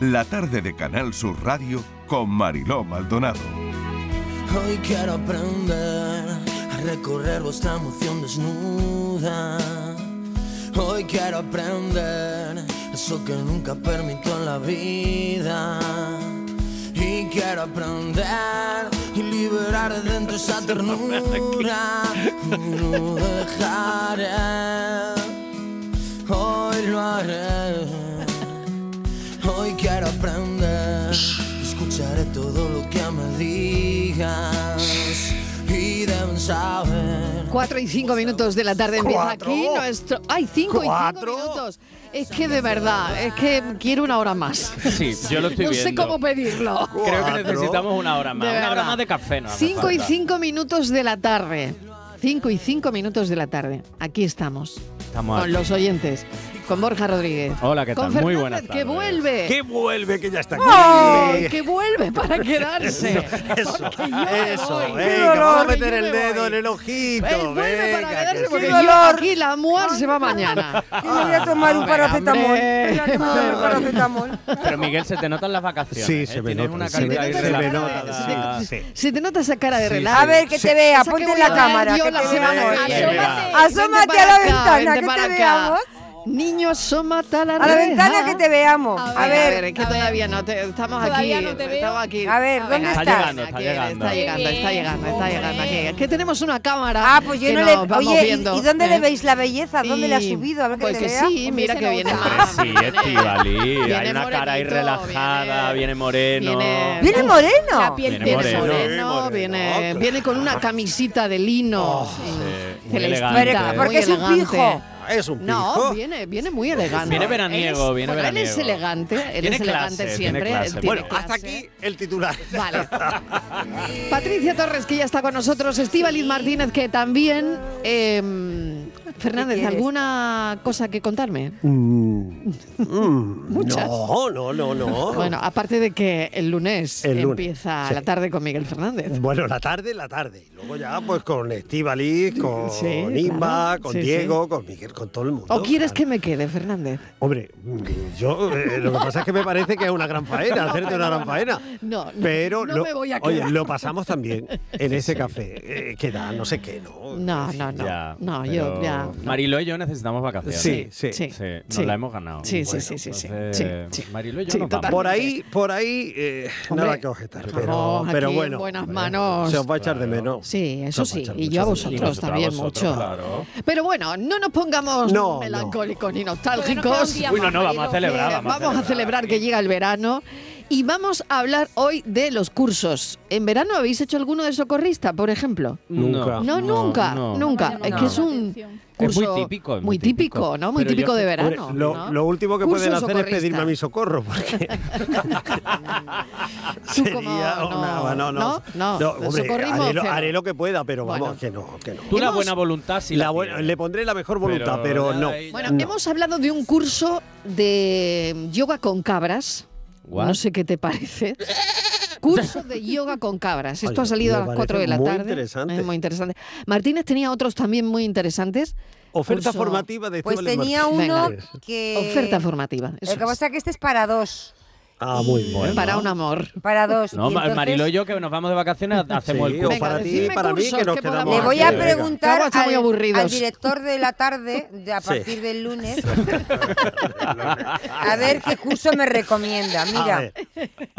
la tarde de Canal Sur Radio con Mariló Maldonado. Hoy quiero aprender a recorrer vuestra emoción desnuda. Hoy quiero aprender eso que nunca permito en la vida. Y quiero aprender y liberar de dentro esa ternura. No dejaré, hoy lo haré. Hoy quiero aprender, escucharé todo lo que me digas. Y deben saber. 4 y 5 minutos de la tarde empieza aquí nuestro. ¡Ay, 5 y 5 minutos! Es que de verdad, es que quiero una hora más. Sí, yo lo estoy no sé viendo. cómo pedirlo. Creo que necesitamos una hora más. De Una hora verdad. más de café, ¿no? hace 5 y falta. 5 minutos de la tarde. 5 y 5 minutos de la tarde. Aquí estamos. Estamos con aquí. los oyentes. Con Borja Rodríguez. Hola, ¿qué Con tal? Muy Fernández, buenas que tardes. vuelve. Que vuelve, que ya está aquí. ¡Ay, que vuelve para quedarse. Eso, Porque yo me voy. eso. ¡Qué Venga, vamos a dolor! meter Yo el me dedo voy. en el ojito. Él vuelve venga, para que quedarse porque sí. yo aquí la muar se va mañana. Que yo voy a tomar un paracetamol. hombre. Voy a tomar un paracetamol. Pero Miguel, se te notan las vacaciones. Sí, ¿eh? se me Tienes nota, una se me- carita ahí se me relajada. nota, se te- Se te nota esa cara de relajo. A ver, que te vea, Esa que ponte en voy a la ver cámara. yo Que la te semana veamos. que Asómate. viene. Asómate Vente a la para acá, ventana, vente que para te acá. veamos. Niño, asómate a la A la reja. ventana que te veamos. A ver, a ver, que a ver. todavía no te, estamos Todavía aquí, no te veo. estamos aquí. A ver, ¿dónde Venga, estás? Está llegando, está aquí, llegando. Está llegando, está Muy bien, llegando, está hombre. llegando aquí. Es que tenemos una cámara. Ah, pues yo que no nos le. vamos Oye, ¿y- viendo, ¿y dónde le ¿eh? veis la belleza? ¿Dónde la has Y- subido? A ver que pues te que vea. sí, mira que viene Hombre, más. sí, Estivali. Viene Hay una cara ahí morenito, relajada, viene, moreno. viene- Viene moreno. La piel Viene Viene tiene moreno. moreno, Oh. viene, viene con una camisita de lino. Sí, muy Celestita, elegante. Pero- porque ¿eh? muy es un elegante. pijo. Es un No, pijo. viene, viene muy elegante. Viene veraniego, Él es- viene bueno, Él es veraniego. elegante, él Tiene es elegante clase, siempre. tiene clase. él Bueno, ah. tiene Hasta clase. aquí el titular. Vale. Patricia Torres, que ya está con nosotros. Estíbaliz Martínez, que también. eh, Fernández, quieres? ¿alguna cosa que contarme? Muchas. Mm, No, no, no, no. Bueno, aparte de que el lunes El lunes, empieza sí. la tarde con Miguel Fernández. Bueno, la tarde, la tarde. Y luego ya, pues con Estivaliz, con Sí, Inma, claro. con Sí, Diego, con Miguel, con todo el mundo. ¿O quieres Claro. que me quede, Fernández? Hombre, mm, yo eh, lo que pasa es que me parece que es una gran faena, hacerte una gran faena. No, no, pero no lo- me voy a oye, quedar. lo pasamos también en ese café. eh, que da, no sé qué, ¿no? No, En fin, no, no. pues Ya, no, pero yo ya. no. Marilo y yo necesitamos vacaciones. Sí, sí. Sí. Sí, nos Sí. la hemos ganado. Sí, sí, sí, sí, sí, entonces, sí, sí. Marilo y yo Sí, nos vamos. totalmente. Por ahí, por ahí, eh, Hombre, nada que objetar. Pero, estamos pero aquí en bueno, buenas hombre, manos. se os va a echar de menos. Sí, eso Se os va sí. a echar Y mucho yo a de Y vosotros nosotros a también vosotros, mucho. claro. Pero bueno, no nos pongamos No, melancólicos ni Bueno, nostálgicos. no, no, Uy, no, no, vamos a Marilo, celebrar. Eh, Vamos, a celebrar que llega el verano y vamos a hablar hoy de los cursos. ¿En verano habéis hecho alguno de socorrista, por ejemplo? Nunca. No, nunca, no. nunca. No, es no, que es no. un Mm. Es curso muy típico, es muy muy típico. típico, ¿no? Muy Pero yo- típico de Hombre, verano. lo, ¿no? lo último que Curso pueden hacer es socorrista. pedirme a mi socorro, porque Tú sería como- una. no, No, no, no, hombre, socorrismo haré lo, cero. haré lo que pueda, pero Bueno. vamos, que no, que no. Tú la Hemos- buena voluntad sí La la, buena- tienes. le pondré la mejor voluntad, pero, Pero nada, no. ahí- Bueno, no. hemos hablado de un curso de yoga con cabras. What? No sé qué te parece. Curso de yoga con cabras. Esto ha Oye, salido me a las parece 4 de la muy tarde. interesante. Es muy interesante. Martínez tenía otros también muy interesantes. Oferta curso- formativa de Pues Estíbaliz tenía Martínez. uno Venga. que. Oferta formativa. eso Lo que es. pasa es que este es para dos. Ah, muy y- bien. Para un amor. Para dos. No, Y Ma- entonces Marilo y yo que nos vamos de vacaciones hacemos Sí, el o curso. Venga, para ti, decidme para mí, cursos que nos que quedamos. podamos Le aquí, voy a venga. Luego preguntar están muy al, aburridos. al director de la tarde, de a Sí. partir del lunes, a ver qué curso me recomienda. A Mira, ver.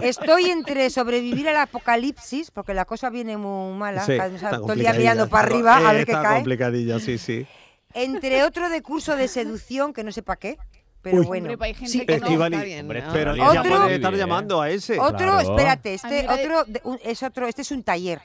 estoy entre sobrevivir al apocalipsis, porque la cosa viene muy mala, Sí, cada- está todo el día complicadilla, mirando para está- arriba a eh, ver qué está cae, complicadilla, sí, sí. entre otro de curso de seducción, que no sé para qué, pero Uy. bueno. Hombre, hay gente Sí, que no. Estivali- Estivali. está bien, ¿no? Pero Otro- ya puedes Muy estar bien. llamando a ese. Otro, Claro. espérate, Ay, este mira, otro de- un- es otro, este es un taller.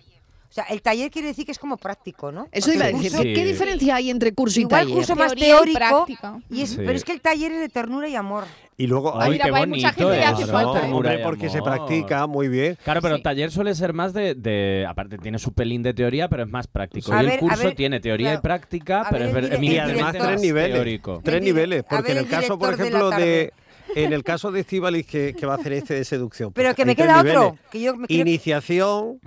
O sea, el taller quiere decir que es como práctico, ¿no? Eso iba a decir. curso- ¿Qué, qué Sí. diferencia hay entre curso y Igual taller? curso más Teoría y teórico, práctica. y es- Sí. pero es que el taller es de ternura y amor. Y Ah, luego Ay, hay mira, qué pues hay bonito mucha gente que le hace eso, falta, ¿eh? ternura hombre, y porque se amor. practica muy bien. Claro, pero Sí. el taller suele ser más de, de- Aparte, tiene su pelín de teoría, pero es más práctico. A y el ver, a curso ver, tiene teoría claro. y práctica, A pero ver, es ver- el es dire- Y el eminentemente además director. tres más niveles. teórico. Tres El dire- niveles, a porque ver, en el el caso, por director de ejemplo, la de... En el caso de Estivalis, que, que va a hacer este de seducción. Pero pues que me hay tres queda otro, niveles. que yo me quiero- Iniciación,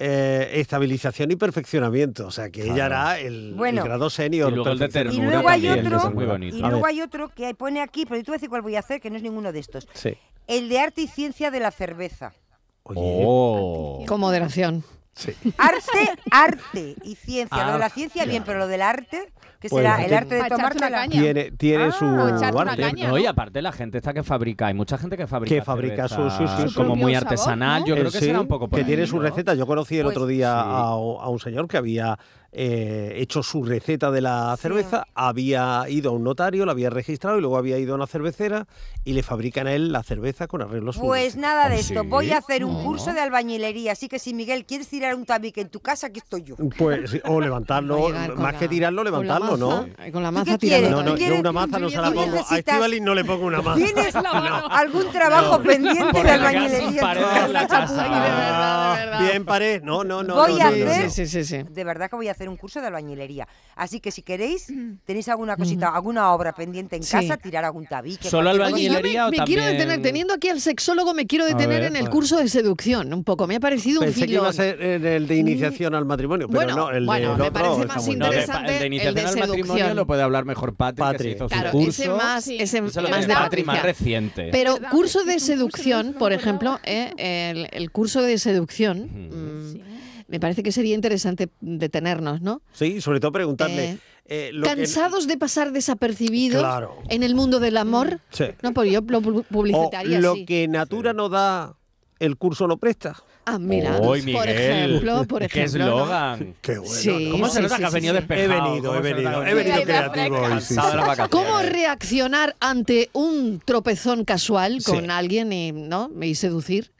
eh, estabilización y perfeccionamiento. O sea, que ella Claro. hará el, el Bueno. grado senior. Y luego el de perfeccionamiento. Y Ternura luego hay también, otro, es muy bonito. y A luego ver. hay otro que ahí pone aquí, pero yo te voy a decir cuál voy a hacer, que no es ninguno de estos. Sí. El de arte y ciencia de la cerveza. Oye, Oh. Con moderación. sí. Arte, arte y ciencia. lo de la Ah, ciencia, bien, pero lo del arte, que Pues será no el te- arte de Pa' echarte tomarte una la caña. Tiene, tiene Ah. su O echarte una arte. caña. No, y aparte la gente esta que fabrica, hay mucha gente que fabrica Que fabrica su- cerveza su- su- su como muy propio sabor, artesanal, ¿no? yo creo Eh, que sí, será un poco por que ahí, tiene su ¿no? receta. Yo conocí el Pues otro día sí. a, u- a un señor que había eh, hecho su receta de la cerveza, había ido a un notario, la había registrado y luego había ido a una cervecera y le fabrican a él la cerveza con arreglo a su Pues receta. nada de Oh, esto. sí. Voy a hacer un No. curso de albañilería. Así que si Miguel quieres tirar un tabique en tu casa, aquí estoy yo. Pues sí, o Va levantarlo, a llegar con más la- que tirarlo, con la levantarlo, ¿no? maza, eh, Con la ¿Tú maza qué tirando. quieres? No, no, ¿Tú yo quieres- una maza no se la tú pongo. A necesitas- Estivali no le pongo una maza. ¿Tienes algún trabajo pendiente Porque de le quedan sin albañilería? en tu paredes casa? en la casa. Ay, de verdad, de verdad. Bien, paré. No, no, no. Voy no, a no, no, no. hacer- Sí, sí, sí, sí. De verdad que voy a hacer un curso de albañilería. Así que si queréis, tenéis alguna cosita, alguna obra pendiente en Sí. casa, tirar algún tabique. Solo cualquier Oye, cosa. yo me, ¿Albañilería o me quiero también- detener, teniendo aquí al sexólogo, me quiero detener ver, en el a curso de seducción un poco. Me ha parecido un Pensé que iba a filón. ser eh, el de iniciación al matrimonio, pero Bueno, no, el bueno, del me otro parece está más muy bien. No, de- interesante el de el de iniciación al matrimonio seducción. lo puede hablar mejor Patrick, que Patrick. se hizo Claro, su curso. ese más, ese Eso lo más tiene da Patrick más Patricia. reciente. Pero ¿Verdad? curso Es un de curso de seducción, seducción, por ¿verdad? ejemplo, eh, el, el curso de seducción, Ujú. mm, me parece que sería interesante detenernos, ¿no? Sí, sobre todo preguntarle. Eh, eh, lo que- Cansados de pasar desapercibidos Claro. en el mundo del amor. Sí. No, pues yo lo pu- O publicitaría lo así. que Natura no da, el curso lo presta. Ah, mira, Oy, por Miguel, ejemplo, por ¡Qué ejemplo. ¿no? eslogan! Qué bueno. Sí, ¿Cómo se sí, nota sí, que has sí, venido sí. He despejado? venido, ¿Cómo he se nota venido, que he venido has creativo hoy, sí, Cansado de sí, las vacaciones. ¿Cómo reaccionar ante un tropezón casual Sí. con alguien y, ¿no? y seducir?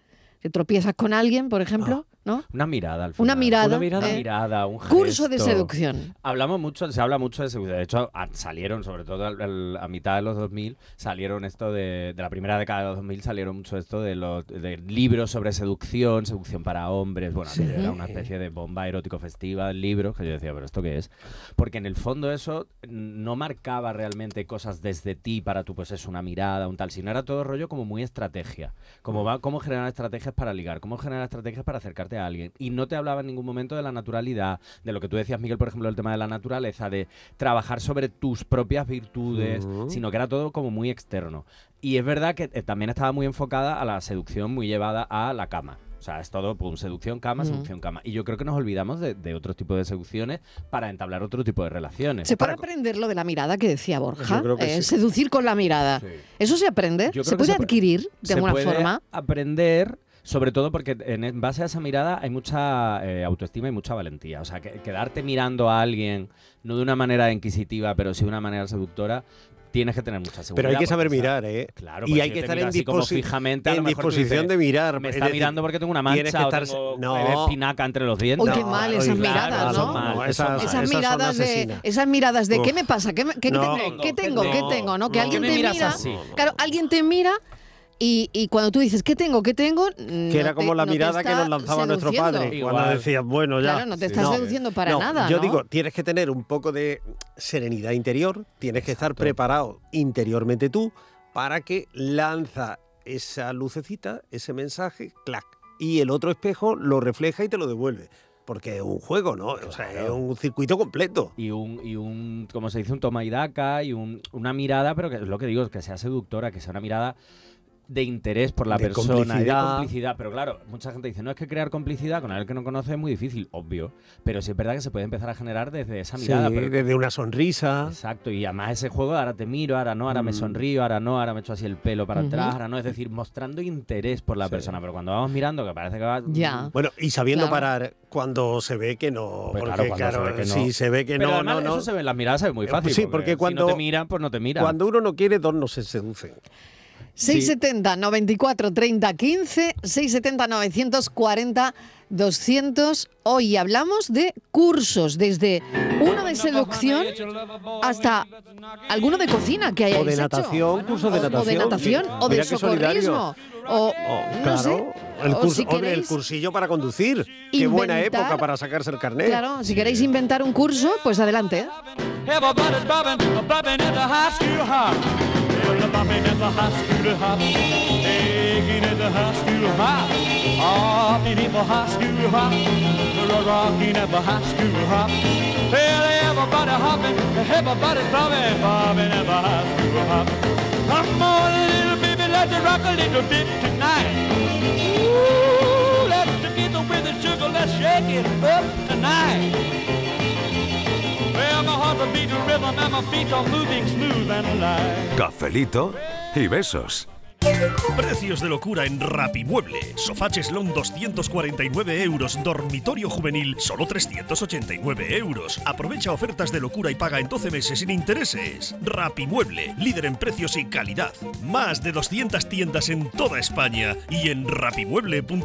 Te tropiezas con alguien, por ejemplo, Ah. ¿no? Una mirada al final. Una mirada, Una mirada, ¿eh? mirada, un Curso de gesto. seducción. Hablamos mucho, se habla mucho de seguridad. De hecho, a- salieron, sobre todo al- al- a mitad de los 2000, salieron esto de, de la primera década de los 2000, salieron mucho esto de los de libros sobre seducción, seducción para hombres. Bueno, aquello era una especie de bomba erótico festiva, libros, que yo decía, pero ¿esto qué es? Porque en el fondo eso no marcaba realmente cosas desde ti para tú, pues es una mirada, un tal, sino era todo rollo como muy estrategia. Como va, cómo generar estrategias para ligar, cómo generar estrategias para acercarte a alguien. Y no te hablaba en ningún momento de la naturalidad, de lo que tú decías, Miguel, por ejemplo, el tema de la naturaleza, de trabajar sobre tus propias virtudes, Ujú. sino que era todo como muy externo. Y es verdad que eh, también estaba muy enfocada a la seducción muy llevada a la cama. O sea, es todo, pum, seducción, cama, Ujú. seducción, cama. Y yo creo que nos olvidamos de, de otro tipo de seducciones para entablar otro tipo de relaciones. Se puede aprender lo de la mirada que decía Borja. Yo creo que eh, sí. Seducir con la mirada. Sí. ¿Eso se aprende? Yo creo ¿Se que puede se puede. adquirir de se alguna puede forma? aprender, sobre todo porque en, en base a esa mirada hay mucha eh, autoestima y mucha valentía. O sea, que- quedarte mirando a alguien, no de una manera inquisitiva, pero sí de una manera seductora, tienes que tener mucha seguridad. Pero hay que saber porque, o sea, mirar, ¿eh? Claro, y porque hay si que te estar mira en, así como disposi- fijamente, a en lo mejor tú disposición dices, de mirar. Me Es está decir, mirando porque tengo una tienes mancha que o estar- tengo no. eh, espinaca entre los dientes. Uy, qué mal Ay, esas claro, miradas, eso ¿no? mal, Eso esas- mal. esas, esas son miradas de, asesinas. esas miradas de Uf. ¿qué me pasa? ¿Qué, me- qué- qué No. tengo? ¿Qué tengo? ¿Qué No, tengo? ¿No? Que no. alguien ¿Qué te me miras mira. así? Claro, alguien te mira y, y cuando tú dices ¿qué tengo? ¿Qué tengo? que era como la mirada que nos lanzaba nuestro padre Igual. cuando decía, bueno, ya. Claro, no te estás seduciendo para nada, Yo ¿no? digo, tienes que tener un poco de serenidad interior, tienes que estar preparado interiormente tú para que lanza esa lucecita, ese mensaje, clac, y el otro espejo lo refleja y te lo devuelve. Porque es un juego, ¿no? O sea, es un circuito completo. y un, y un como se dice, un toma y daca y un- una mirada, pero que es lo que digo, es que sea seductora, que sea una mirada de interés por la De persona, complicidad. de complicidad. Pero claro, mucha gente dice, no, es que crear complicidad con alguien que no conoce es muy difícil, obvio. Pero sí es verdad que se puede empezar a generar desde esa mirada. Sí, pero- desde una sonrisa. Mm. Exacto, y además ese juego, de ahora te miro, ahora no, ahora me sonrío, ahora no, ahora me echo así el pelo para Ujú. atrás, ahora no, es decir, mostrando interés por la Sí. persona, pero cuando vamos mirando, que parece que va... Ya. Bueno, y sabiendo Claro. parar cuando se ve que no. porque, Pues claro, cuando se claro, ve que no. si se ve que Pero no, además no, no. eso se ve, en las miradas se ve muy Eh, fácil. sí, porque Si cuando- no te miran, pues no te miran. Cuando uno no quiere, dos no se seducen. 670 94 30 15 670 940 200 Hoy hablamos de cursos desde uno de seducción hasta alguno de cocina que hayáis O de hecho. natación, cursos de o de natación. natación o de Mira qué socorrismo o Oh, no claro, sé el, o curso- si hombre, el queréis cursillo para conducir. Qué buena inventar- época para sacarse el carnet. claro si queréis inventar un curso pues adelante ¿eh? Everybody's bobbing, bobbing at the high school hop. Well, loving at the high school hop, taking at the high school hop, hopping at the high school hop, rocking at the high school hop. Well, everybody hopping, everybody's bobbing, bobbing at the high school hop. er Come on, little baby, let's rock a little bit tonight. Ooh. Let's together with the sugar, let's shake it up tonight. Well, my heart will beat the rhythm and my feet are moving smooth and light. Cafelito y besos. Precios de locura en Rapimueble. Sofá Cheslón 249 euros. Dormitorio juvenil solo 389 euros. Aprovecha ofertas de locura y paga en 12 meses sin intereses. Rapimueble, líder en precios y calidad. Más de 200 tiendas en toda España y en rapimueble.com.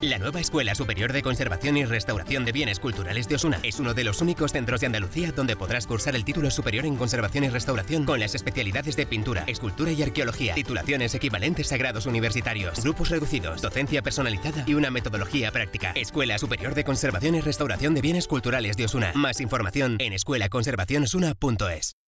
La nueva Escuela Superior de Conservación y Restauración de Bienes Culturales de Osuna es uno de los únicos centros de Andalucía donde podrás cursar el título superior en conservación y restauración con las especialidades de pintura, escultura y arqueología, titulaciones equivalentes a grados universitarios, grupos reducidos, docencia personalizada y una metodología práctica. Escuela Superior de Conservación y Restauración de Bienes Culturales de Osuna. Más información en escuelaconservacionosuna.es.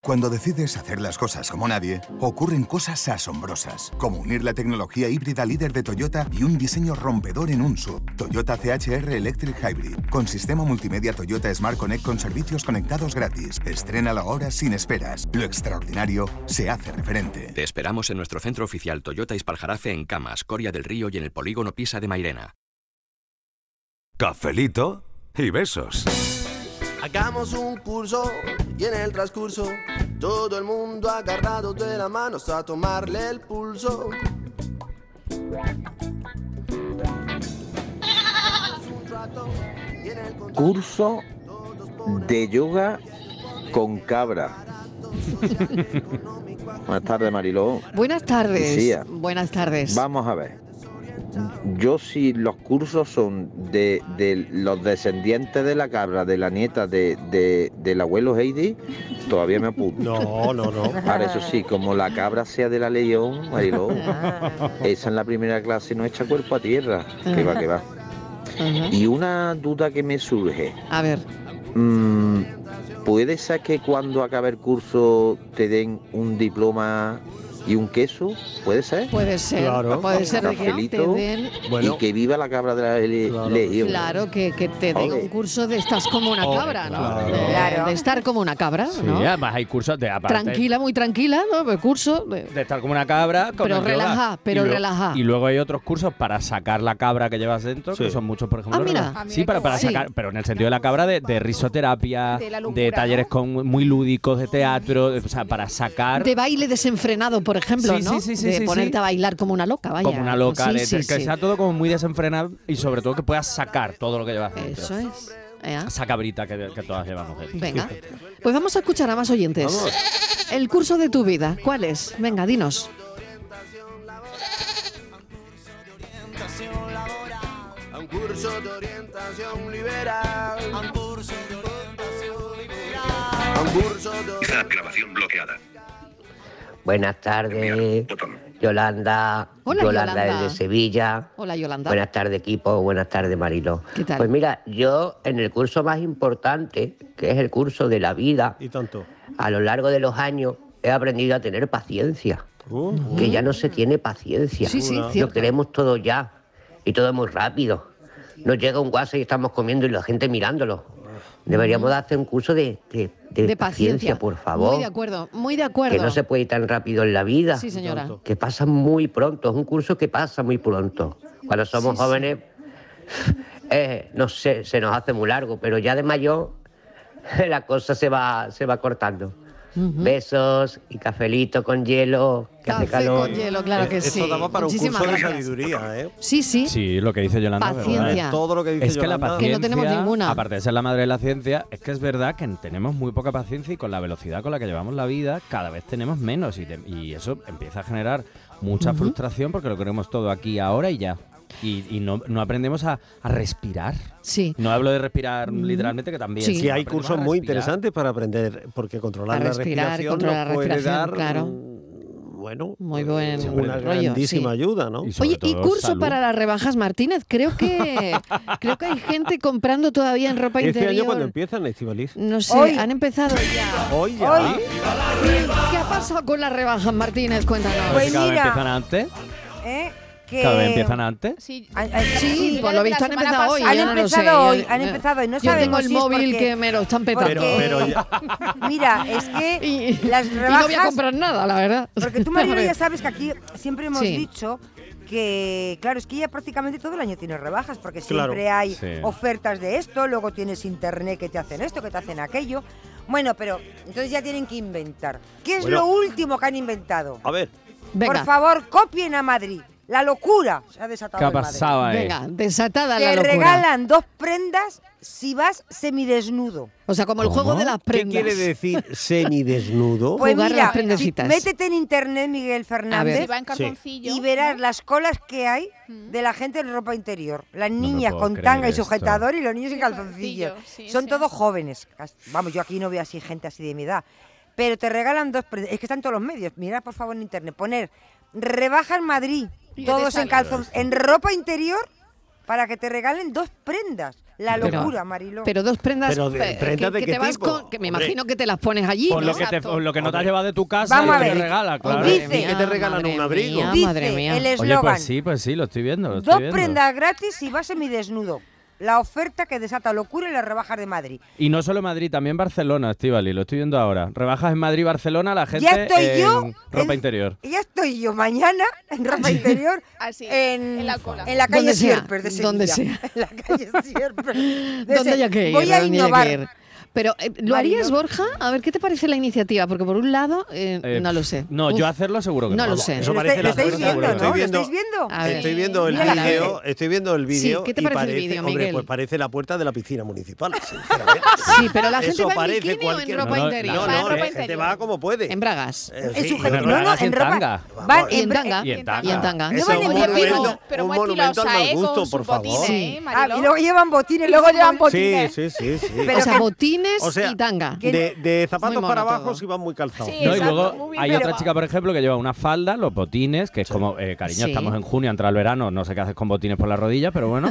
Cuando decides hacer las cosas como nadie, ocurren cosas asombrosas, como unir la tecnología híbrida líder de Toyota y un diseño rompedor en un sub. Toyota CHR Electric Hybrid, con sistema multimedia Toyota Smart Connect con servicios conectados gratis. Estrena la hora sin esperas. Lo extraordinario se hace referente. Te esperamos en nuestro centro oficial Toyota Ispaljarafe en Camas, Coria del Río y en el polígono Pisa de Mairena. Cafelito y besos. Hagamos un curso y en el transcurso todo el mundo agarrado de la mano a tomarle el pulso. Curso de yoga con cabra. Buenas tardes, Mariló. Buenas tardes. Lucía. Buenas tardes. Vamos a ver. Yo si los cursos son de, de los descendientes de la cabra, de la nieta de, de- del abuelo Heidi, todavía me apunto. No, no, no. Ahora, eso sí, como la cabra sea de la león, Mariló, Ah. esa en la primera clase no echa cuerpo a tierra. Que va, que va. Ajá. Y una duda que me surge. A ver. Mm, ¿Puede ser que cuando acabe el curso te den un diploma y un queso? ¿Puede ser? Puede ser, Claro. puede ser que Cafelito te den- Y que viva la cabra de la le- legión. Claro que, que te den Ole. un curso de estás como una Ole, cabra, ¿no? claro. De- Claro. De estar como una cabra, Sí, ¿no? además hay cursos de aparte Tranquila, muy tranquila, ¿no? El curso. de- De estar como una cabra. con Pero el yoga. relaja, pero y luego- relaja. Y luego hay otros cursos para sacar la cabra que llevas dentro, que son muchos, por ejemplo. Ah, que mira. lo- Ah, mira, Sí, para, qué para guay. sacar, pero en el sentido de la cabra, de, de risoterapia, De la de, locura, talleres con, muy lúdicos, de teatro, de- o sea, para sacar De baile desenfrenado, por ejemplo, Sí, ¿no? sí, sí, sí, de sí, ponerte sí. a bailar como una loca, vaya. como una loca, Sí, de- sí, de- que sí. sea todo como muy desenfrenado y sobre todo que puedas sacar todo lo que llevas dentro. Eso es. Ea. Esa cabrita que, que todas llevamos dentro. Venga. Pues vamos a escuchar a más oyentes. El curso de tu vida, ¿cuál es? Venga, dinos. A un curso de orientación liberal. A un curso de orientación liberal. Grabación bloqueada. Buenas tardes, Yolanda, Hola, Yolanda. desde Sevilla. Hola, Yolanda. Buenas tardes, equipo. Buenas tardes, Marilo. ¿Qué tal? Pues mira, yo en el curso más importante, que es el curso de la vida, Y tanto. a lo largo de los años he aprendido a tener paciencia. Uh, Que ya no se tiene paciencia. Sí, sí, lo cierto. queremos todo ya. Y todo muy rápido. Nos llega un WhatsApp y estamos comiendo y la gente mirándolo. Deberíamos de hacer un curso de, de- de De paciencia. por favor. Muy de acuerdo, muy de acuerdo. Que no se puede ir tan rápido en la vida. Sí, señora. Que pasa muy pronto. Es un curso que pasa muy pronto. Cuando somos Sí, sí. jóvenes, eh, no sé, se nos hace muy largo, pero ya de mayor la cosa se va, se va cortando. Besos y cafelito con hielo. Que hace Café calor. con hielo, Eh, Eh, claro que sí. Muchísimas gracias. sabiduría, ¿eh? Sí, sí. Sí, lo que dice Yolanda. es verdad. Paciencia. Todo lo que dice es que la Yolanda- paciencia, Que no tenemos ninguna. Aparte de ser la madre de la ciencia, es que es verdad que tenemos muy poca paciencia y con la velocidad con la que llevamos la vida, cada vez tenemos menos. Y, te- y eso empieza a generar mucha Ujú. frustración porque lo queremos todo aquí, ahora y ya. Y, y no, no aprendemos a, a respirar. Sí. No hablo de respirar literalmente, que también. Sí, sino hay aprendemos cursos a muy respirar. interesantes para aprender, porque controlar A la respirar, respiración controlar nos la puede respiración, dar claro. mm, bueno, Muy buen una rollo, grandísima sí. ayuda, ¿no? Oye, y curso para las rebajas, Martínez. Creo que creo que hay gente comprando todavía en ropa Este año interior. cuando empiezan, Estivaliz. No sé, Hoy. han empezado ya. Hoy ya. ¿Qué ha pasado con las rebajas, Martínez? Cuéntanos. Pues cada vez empiezan antes. ¿Eh? Cada vez empiezan antes. Sí, Sí, por lo visto han empezado hoy. Han yo no lo sé, empezado hoy, yo- han empezado hoy. No yo tengo sabemos el si es móvil porque- que me lo están petando. Pero- pero ya- Mira, es que las y no voy a rebajas... comprar nada, la verdad. Porque tú, A Marino, ver. ya sabes que aquí siempre hemos Sí. dicho que, claro, es que ya prácticamente todo el año tienes rebajas, porque Claro, siempre hay sí. ofertas de esto, luego tienes internet que te hacen esto, que te hacen aquello. Bueno, pero entonces ya tienen que inventar. ¿Qué es Bueno. lo último que han inventado? A ver. Por favor, copien a Madrid. La locura se ha desatado. ¿Qué ha en Madrid. pasado ahí? Venga, desatada Te la locura. regalan dos prendas si vas semidesnudo. O sea, como el juego de las ¿Qué prendas. quiere decir semidesnudo? Pues mira, si- prendecitas. métete en internet, Miguel A ver. Fernández, Si va en calzoncillo, y verás las colas que hay de la gente en ropa interior. Las niñas puedo con creer tanga y esto. sujetador y los niños en calzoncillo. Son todos jóvenes. Cas- Vamos, yo aquí no veo así gente así de mi edad. Pero te regalan dos prendas. Es que están todos los medios. Mira, por favor, en internet. Poner rebaja en Madrid, Y ya te todos sale. en calzon, en ropa interior, para que te regalen dos prendas. La Pero- locura, Mariló. Pero dos prendas, Pero de- eh, ¿prendas que, de que qué te vas tipo? con, que me Hombre. imagino que te las pones allí, Por ¿no? lo que, te- por lo que no te has llevado de tu casa, Vamos lo a que ver. te regala, claro. Dice- ¿Y qué te regalan? un Madre abrigo. mía, Dice madre mía. el Oye, eslogan. pues sí, pues sí, lo estoy viendo. lo Dos estoy viendo. prendas gratis y vas semidesnudo. La oferta que desata locura en las rebajas de Madrid. Y no solo Madrid, también Barcelona, Estivali, lo estoy viendo ahora. Rebajas en Madrid, Barcelona, la gente estoy en yo ropa interior. Y ya estoy yo mañana en ropa interior en, en la calle Donde sea, Sierpes de Sevilla. donde sea. En la calle Sierpes. de ¿Dónde Se- haya que ir? Voy a ¿Dónde haya que innovar. ir? Pero, eh, ¿lo harías, Borja? A ver, ¿qué te parece la iniciativa? Porque por un lado, eh, Eh, no lo sé. No, Uf. yo hacerlo seguro que No no. lo sé. este, Eso parece la puerta, pero estoy viendo- A ver. Estoy viendo el Mira la vídeo, gente. estoy viendo el Sí, vídeo ¿qué te y parece el parece, vídeo, hombre, Miguel? pues parece la puerta de la piscina municipal. Sí, pero la gente Eso va en parece bikini o en cualquier- ropa No, no, interior. no, Va en no, ropa la gente interior. va como puede. En bragas. eh, sí, En sujeta- en no, no, bragas y Ah, en en ropa- tanga. Van en, bra- tanga. Y en tanga. Y Ah, en tanga. Eso van es en un bikini. monumento- Pero un muy monumento al estilosa, mal ¿eh? gusto, Con por sus favor. botines, ¿eh, Ah, Mariló? y luego llevan botines. Y luego son- llevan Sí, sí, sí, sí. Pero o sea, que- botines O sea, y tanga. de, de Muy zapatos mono para abajo todo. si van muy calzados. Sí, No, y luego hay otra chica, por ejemplo, que lleva una falda, los botines, que es como, eh, cariño, Sí. estamos en junio, entra el verano, no sé qué haces con botines por la rodilla, pero bueno.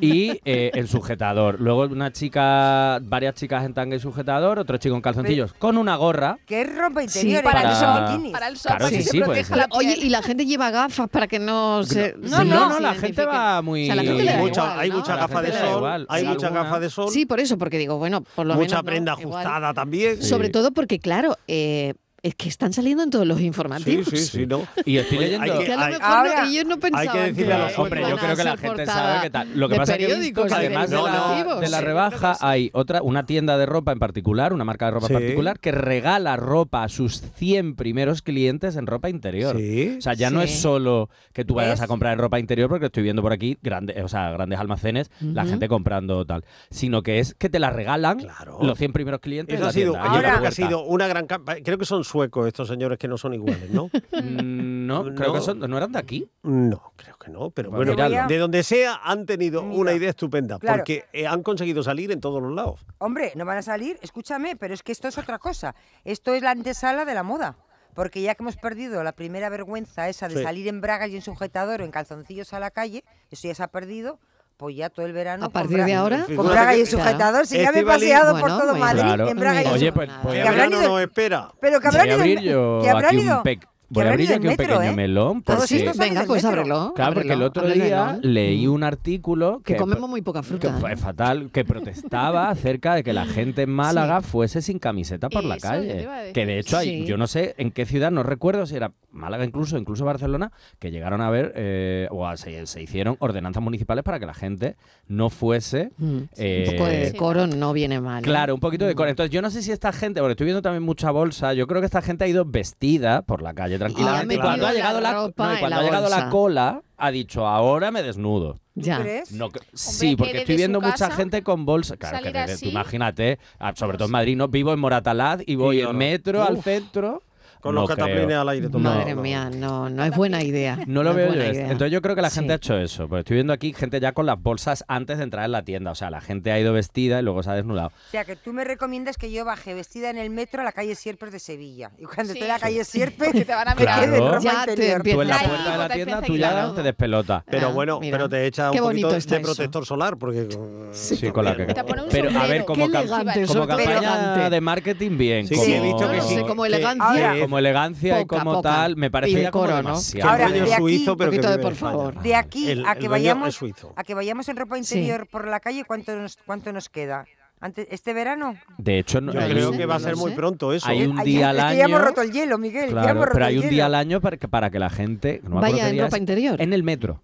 Y eh, el sujetador. Luego una chica, varias chicas en tanga y sujetador, otro chico en calzoncillos, con una gorra. Que es ropa Sí, interior. para el no son sol. bikinis. Para el sol, Claro, para sí, que se sí, proteja puede la ser. Oye, y la gente lleva gafas para que no se. No, se- no, se la gente identifique. va muy- O sea, la gente le da Mucha- igual, hay ¿no? mucha La gafa de gente le da sol, igual, hay sí, mucha alguna. gafa de sol. Sí, por eso, porque digo, bueno, por lo Mucha menos. ¿no? prenda Igual. ajustada también. Sobre todo porque, claro, eh, es que están saliendo en todos los Sí, informativos. sí, sí, no. Y estoy leyendo- hay Que a lo hay- mejor no- Ahora, ellos no Hay que pensaban decirle que a los hombres. Hombre, yo creo que la ser gente portada sabe qué tal. Lo que de pasa es que he visto periódicos, que de además de la, informativos. de la Sí. rebaja hay otra, una tienda de ropa en particular, una marca de ropa Sí. particular, que regala ropa a sus 100 primeros clientes en ropa interior. O sea, ya no Sí. es solo que tú vayas ¿Ves? a comprar en ropa interior, porque estoy viendo por aquí grandes, o sea, grandes almacenes, la Ujú. gente comprando tal, sino que es que te la regalan los 100 primeros clientes. Eso de la ha sido, tienda, yo allí en la creo que ha puerta. sido una gran campa- Creo que son suecos, estos señores que no son iguales, ¿no? Mm, No, creo que son, no eran de aquí. No, creo que no, pero Pues bueno, miradlo. de donde sea han tenido una idea estupenda, Claro. porque eh, han conseguido salir en todos los lados. Hombre, no van a salir, escúchame, pero es que esto es otra cosa. Esto es la antesala de la moda. Porque ya que hemos perdido la primera vergüenza esa de Sí. salir en bragas y en sujetador o en calzoncillos a la calle, eso ya se ha perdido, pues ya todo el verano. A con partir de bra- ahora, Con bragas y en sujetador, si ya me he paseado por todo Madrid en bragas y en Oye, sujetador. pues, voy Que a habrán abrir, ido- No, no, espera. Pero que habrán voy a ido. abrir en- yo que habrán aquí ido- un, pec- que voy a habrán abrir ido en aquí un metro, pequeño ¿eh? melón. Todos porque- estos salen Venga, del pues metro. ábrelo. Claro, porque el ábrelo, otro ábrelo, día ¿no? Mm. leí un artículo Que que, comemos muy poca que fruta. fue fatal, que protestaba acerca de que la gente en Málaga fuese sin camiseta por la Eso yo te calle. iba a decir. Que de hecho hay, Sí. yo no sé en qué ciudad, no recuerdo si era Málaga incluso, incluso Barcelona, que llegaron a ver eh, o a- se, se hicieron ordenanzas municipales para que la gente no fuese Mm. eh, Un poco de decoro no viene mal. ¿eh? Claro, un poquito de cor. Entonces, yo no sé si esta gente, porque estoy viendo también mucha bolsa, yo creo que esta gente ha ido vestida por la calle tranquilamente. Y metido cuando ha la llegado la, no, Ah, y ropa en cuando la ha llegado bolsa. la cola, ha dicho, ahora me desnudo. Ya. crees? No, que- sí, porque desde estoy viendo su mucha casa gente con bolsa. Claro, que salir desde- tú así. imagínate, ah, sobre todo en Madrid, no vivo en Moratalaz y voy en metro al centro. Con No los cataplines creo. al aire tomando. Madre mía, no, no es buena idea. No lo es veo yo. buena esto. idea. Entonces yo creo que la gente Sí. ha hecho eso. Porque estoy viendo aquí gente ya con las bolsas antes de entrar en la tienda. O sea, la gente ha ido vestida y luego se ha desnudado. O sea, que tú me recomiendas que yo baje vestida en el metro a la calle Sierpes de Sevilla. Y cuando Sí. esté en la calle Sierpes, Porque te van a me mirar. quede en ropa Ya te interior. Tú en la Ahí, puerta de la botas tienda, de tú ya ceguillo. te despelotas. Pero bueno, pero te echa un Ah, Qué poquito bonito está de este eso. protector solar, porque... Sí, con la que... Te pone un Pero a sombrero. ver, como, Qué cam- elegante, como sobre todo campaña elegante. de marketing bien. Sí, como, sí, he visto que No sí. sé, como elegancia. que- como elegancia y Poca, como poca. tal, me parece Y ya como decoro, ¿no? demasiado. Ahora, de aquí- poquito de por favor. De aquí El- a el que dueño es vayamos suizo. a que vayamos en ropa Sí. interior por la calle, ¿cuánto nos, cuánto nos queda? Antes, ¿Este verano? De hecho, no- Yo hay creo un- que va a ser muy pronto eso. ¿eh? Hay un Ay, día es al que ya hemos año. roto el hielo, Miguel. ya Claro, hemos roto pero hay el un hielo. día al año para que, para que la gente. No me acuerdo Vaya qué en día ropa es, interior. En el metro.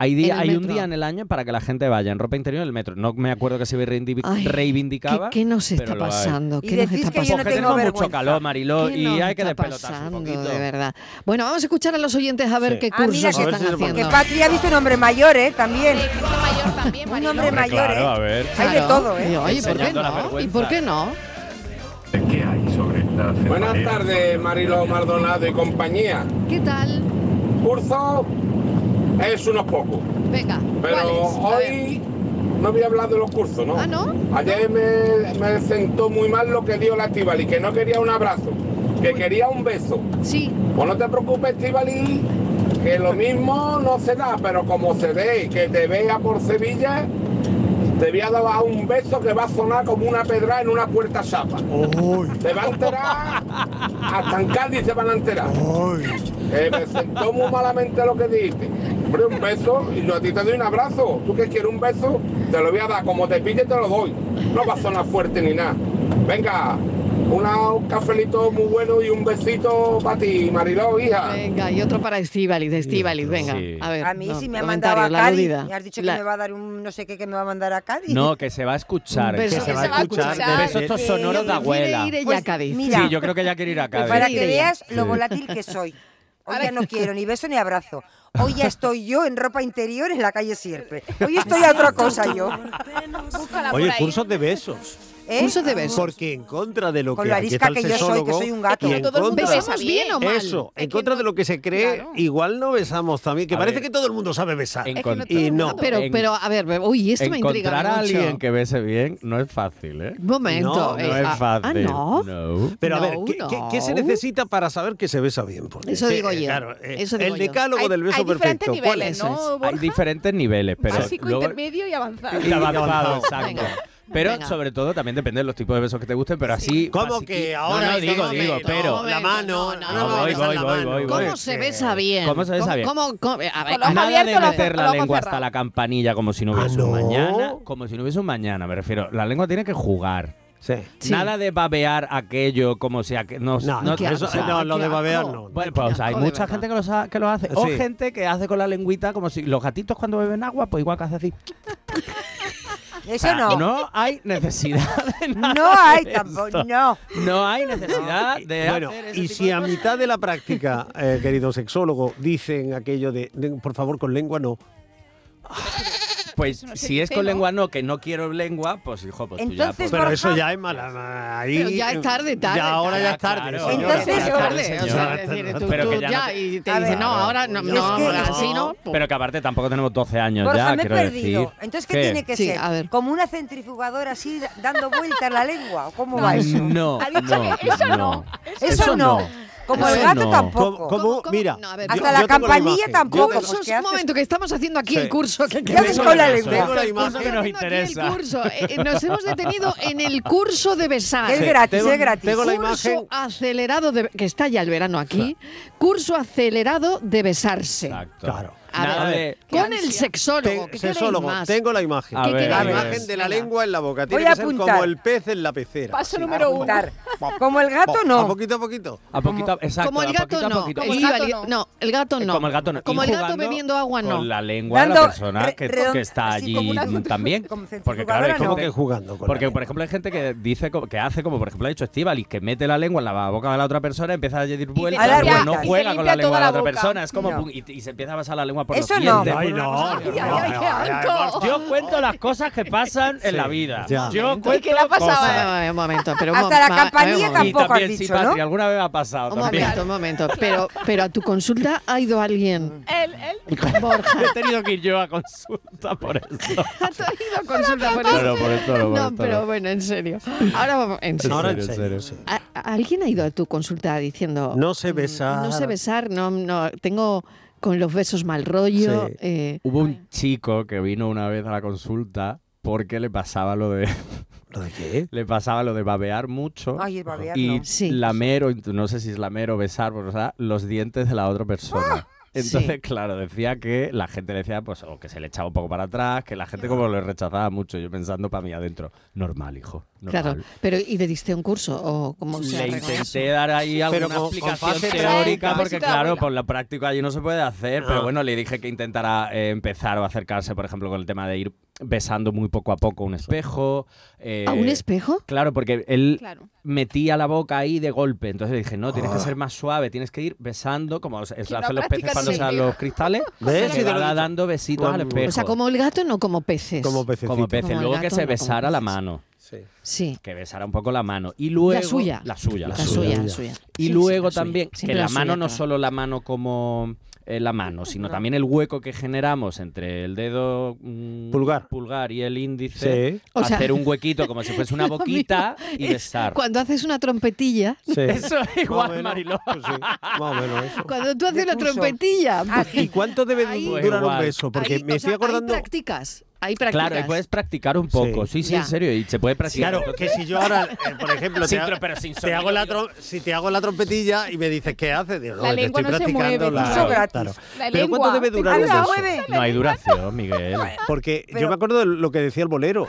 Hay, día, En el hay un metro. día en el año para que la gente vaya en ropa interior en el metro. No me acuerdo que se reivindi- Ay, reivindicaba. ¿Qué, qué nos está pero lo hay. pasando? Y ¿Qué nos decís está que yo no pasando? Porque tengo tenemos mucho vergüenza. calor, Mariló, ¿Qué y nos hay que está despelotarse un pasando, poquito? De verdad. Bueno, vamos a escuchar a los oyentes a ver qué Ah, cursos mira, que, están que haciendo. Patri ha visto un hombre mayor, ¿eh? También. un hombre Hombre, mayor, claro, ¿eh? a ver. Hay de Claro. todo, ¿eh? Digo, oye, ¿por qué no? ¿Y por qué no? Buenas tardes, Marilo Maldonado y compañía. ¿Qué tal? Curso es unos pocos, Venga, ¿cuál pero es? A ver. hoy no voy a hablar de los cursos, ¿no? Ah, ¿no? Ayer me, me sentó muy mal lo que dio la Estivali, que no quería un abrazo, que quería un beso. Sí. Pues no te preocupes, Estivali, que lo mismo no se da, pero como se dé, que te vea por Sevilla, te voy a dar un beso que va a sonar como una pedra en una puerta chapa. Te va a enterar, hasta en Cádiz se van a enterar. Que Eh, me sentó muy malamente lo que dijiste. Hombre, un beso y yo a ti te doy un abrazo. ¿Tú que quieres un beso? Te lo voy a dar. Como te pille, te lo doy. No va a sonar fuerte ni nada. Venga, una- un cafelito muy bueno y un besito para ti, Mariló, hija. Venga, y otro para Estíbaliz, de Estíbaliz, venga. A ver. A mí sí no, me ha mandado comentario, a la Cádiz. aludida. Me has dicho La- que me va a dar un no sé qué que me va a mandar a Cádiz. No, que se va a escuchar. Un beso que se va a escuchar. de besos estos Que sonoros de quiere abuela. ir ella Pues, a Cádiz. mira. sí, yo creo que ya quiere ir a Cádiz. Para que veas lo Sí. volátil que soy. Hoy ya no quiero ni beso ni abrazo. Hoy ya estoy yo en ropa interior en la calle Sierpe. Hoy estoy a otra cosa yo. Oye, cursos de besos. ¿Eh? Cursos de besos. Porque en contra de lo Con que lo aquí arisca está el que yo soy, que sexólogo, soy un gato. y Es que en todo el mundo contra- besa bien o mal. Eso, en contra de lo que se cree, igual no besamos también, que parece que todo el mundo sabe besar. y no. Pero, pero, a ver, uy, esto me intriga Encontrar a mucho. alguien que bese bien no es fácil, ¿eh? Un momento, No, no eh, ah, ah, es fácil. ¿no? Pero a ver, No, ¿qué, qué- no. qué se necesita para saber que se besa bien? Porque Eso es que, digo yo, claro, eh, eso digo el yo. decálogo Hay- del beso hay diferentes perfecto. ¿cuál niveles, es? ¿no, Eso es. Borja? Hay diferentes niveles, pero Básico, luego- intermedio y avanzado. Y avanzado, exacto. Pero Venga. sobre todo también depende de los tipos de besos que te gusten, pero así. ¿Cómo basiqui- que No, ahora No, es- digo, no, digo, no, pero. la mano, no, voy, voy, voy, voy, ¿Cómo voy. se besa bien? ¿Cómo se besa bien? eh, ¿Cómo, cómo- a ver, Nada de meter la ojo lengua cerrado. hasta la campanilla como si no Ah, hubiese un mañana. Como si no hubiese un mañana, me refiero. La lengua tiene que jugar. Sí. Nada de babear aquello como si... aqu- No, No, no- qué asco, o sea, no, lo de qué babear asco. no. Bueno, pues, o sea, hay Oh, asco, de mucha verdad. gente que lo, sa- que lo hace. O Sí. gente que hace con la lengüita como si... Los gatitos cuando beben agua, pues igual que hace así. O Eso sea, no. No hay necesidad de nada No hay de tampoco. esto. No. No hay necesidad de Bueno, hacer ese y tipo si a mitad de la práctica, eh, querido sexólogo, dicen aquello de, de, por favor, con lengua no. Pues no se si es dice, con ¿no? lengua no, que no quiero lengua, pues hijo, pues tú ya. Entonces, Pues, Pero Borja- eso ya es mala. ahí- eh, Pero ya es tarde, tarde, Ya ahora ya es tarde. tarde. Claro. señora. Entonces, Ya es tarde, tarde, señora. señora. Ya es tarde. tú, Pero tú que ya, ya no- y te A dice, ver, no, ahora no, es no, que- ahora Ah, sí, ¿no? Pero que aparte tampoco tenemos 12 años Borja, ya, me he quiero perdido. decir. Entonces, ¿qué, tiene que ser? ¿Como una centrifugadora así dando vueltas la lengua? ¿O ¿Cómo No, va eso? no, Ha dicho no, que eso no. no. Eso, Eso no. no. Como el Eso gato no. tampoco. ¿Cómo- cómo? Mira, No, a ver, Hasta la campanilla tampoco. Cursos, pues, ¿qué un haces? momento, que estamos haciendo aquí Sí. el curso. Que ¿Qué haces con la lengua? Tengo la El imagen curso que nos interesa. El curso. Eh, eh, nos hemos detenido en el curso de besar. Es Sí, gratis, tengo- es gratis. tengo la curso imagen. acelerado de que está ya el verano aquí. Curso acelerado de besarse. Claro. A ver, A ver, con el sexólogo. Ten- ¿qué queréis sexólogo, más? tengo la imagen. A ¿Qué ver, queréis a ver. la imagen de la Venga. lengua en la boca. Voy Tiene a que ser apuntar. como el pez en la pecera. Paso Así, número uno. apuntar. Como el gato, no. A poquito a poquito. A poquito, exacto. Como el a gato poquito a no. poquito. Como el Iba gato li- no. el gato no. Como el gato no. Como Y el gato jugando bebiendo agua no. Con la lengua de la Dando persona que, re- redond- que está así allí mm, como una centrifu- también. como Porque claro, centrifugadora, hay gente ¿no? que jugando con Porque por ejemplo hay gente que dice co- que hace como por ejemplo ha dicho Estivalis que mete la lengua en la boca de la otra persona, empieza a decir vueltas, limpia- pero no y te juega con limpia la lengua toda de la la otra boca. persona, es como No. pum, y, y se empieza a pasar la lengua por Eso los no. dientes. Ay, por una no, cosa que- no, ay, ay, Ay, qué Mar- asco. Yo cuento las cosas que pasan en la vida. ya. Yo ¿Y cuento qué le ha pasado? cosas. A ver, un momento, pero un Hasta mom- la ma- campanilla a ver, un Y momento. tampoco has también, sí, dicho, ¿no? Patri, alguna vez me ha pasado Un también. momento, un momento. Pero, pero a tu consulta ha ido alguien. Él, él. Borja. He tenido que ir yo a consulta por eso. ido a consulta por Pero eso. por el toro, por No, el pero toro. bueno, en serio. Ahora vamos, en serio. Ahora en serio. ¿A- a- ¿Alguien ha ido a tu consulta diciendo No se besa. Mm, no sé besar, no, no, tengo con los besos mal rollo? Sí. eh, Hubo un chico que vino una vez a la consulta porque le pasaba lo de. ¿Lo de qué? Le pasaba lo de babear mucho Ay, el babear y no. lamer, o int- no sé si es lamer o besar, pero, o sea, los dientes de la otra persona. Entonces, Ah. Sí. claro, decía que la gente le decía, pues, o que se le echaba un poco para atrás, que la gente como lo rechazaba mucho. Yo pensando para mí adentro, normal, hijo. Normal. claro, pero ¿y le diste un curso? ¿O cómo se Le arregló eso? intenté dar ahí alguna Pero con- con explicación fase teórica, teórica, porque visita claro, abuela. por la práctica allí no se puede hacer, Ah. pero bueno, le dije que intentara eh, empezar o acercarse, por ejemplo, con el tema de ir besando muy poco a poco un espejo. eh, ¿A un espejo? Claro, porque él Claro. metía la boca ahí de golpe, entonces le dije, no, tienes Ah. que ser más suave, tienes que ir besando, como se- se no hacen los practica peces cuando no usan llega. los cristales, ¿Ves? Sí, que te lo he va dicho. dando besitos al Como- espejo. O sea, como el gato, no como peces. como pececito. peces, Como el luego que gato, se no como besara la peces. mano. Sí. Que besara un poco la mano. Y luego. La suya. La suya, la, La suya. suya, la suya. Y Sí, luego sí, la también, suya. que Siempre la, la mano suya, no claro. solo la mano como eh, la mano, sino también el hueco que generamos entre el dedo mm, Pulgar. y el índice. Sí. O sea- hacer un huequito como si fuese una Lo boquita mismo y es besar. Cuando haces una trompetilla. Sí. Eso es Más o igual, menos, Mariló. pues sí, más o menos eso. Cuando tú haces la curso. trompetilla. ¿Y cuánto debe Ahí- durar un Pues Igual. beso? Porque ahí- me o estoy sea, acordando. Ahí practicas. Ahí practicas. Claro, pues, y puedes practicar un poco. Sí, sí, Ya. en serio. Y se puede practicar. Claro, que Entonces- si yo ahora, eh, por ejemplo, te, Sin ha- tro- pero sin te sonido, hago la trom- si te hago la trompetilla y me dices qué haces, digo, no, La que lengua estoy no se practicando mueve, la- tú solo gratis. claro. La Pero lengua. ¿cuánto debe Te durar un pasa, beso? mueve. No hay duración, Miguel. Porque Pero- yo me acuerdo de lo que decía el bolero.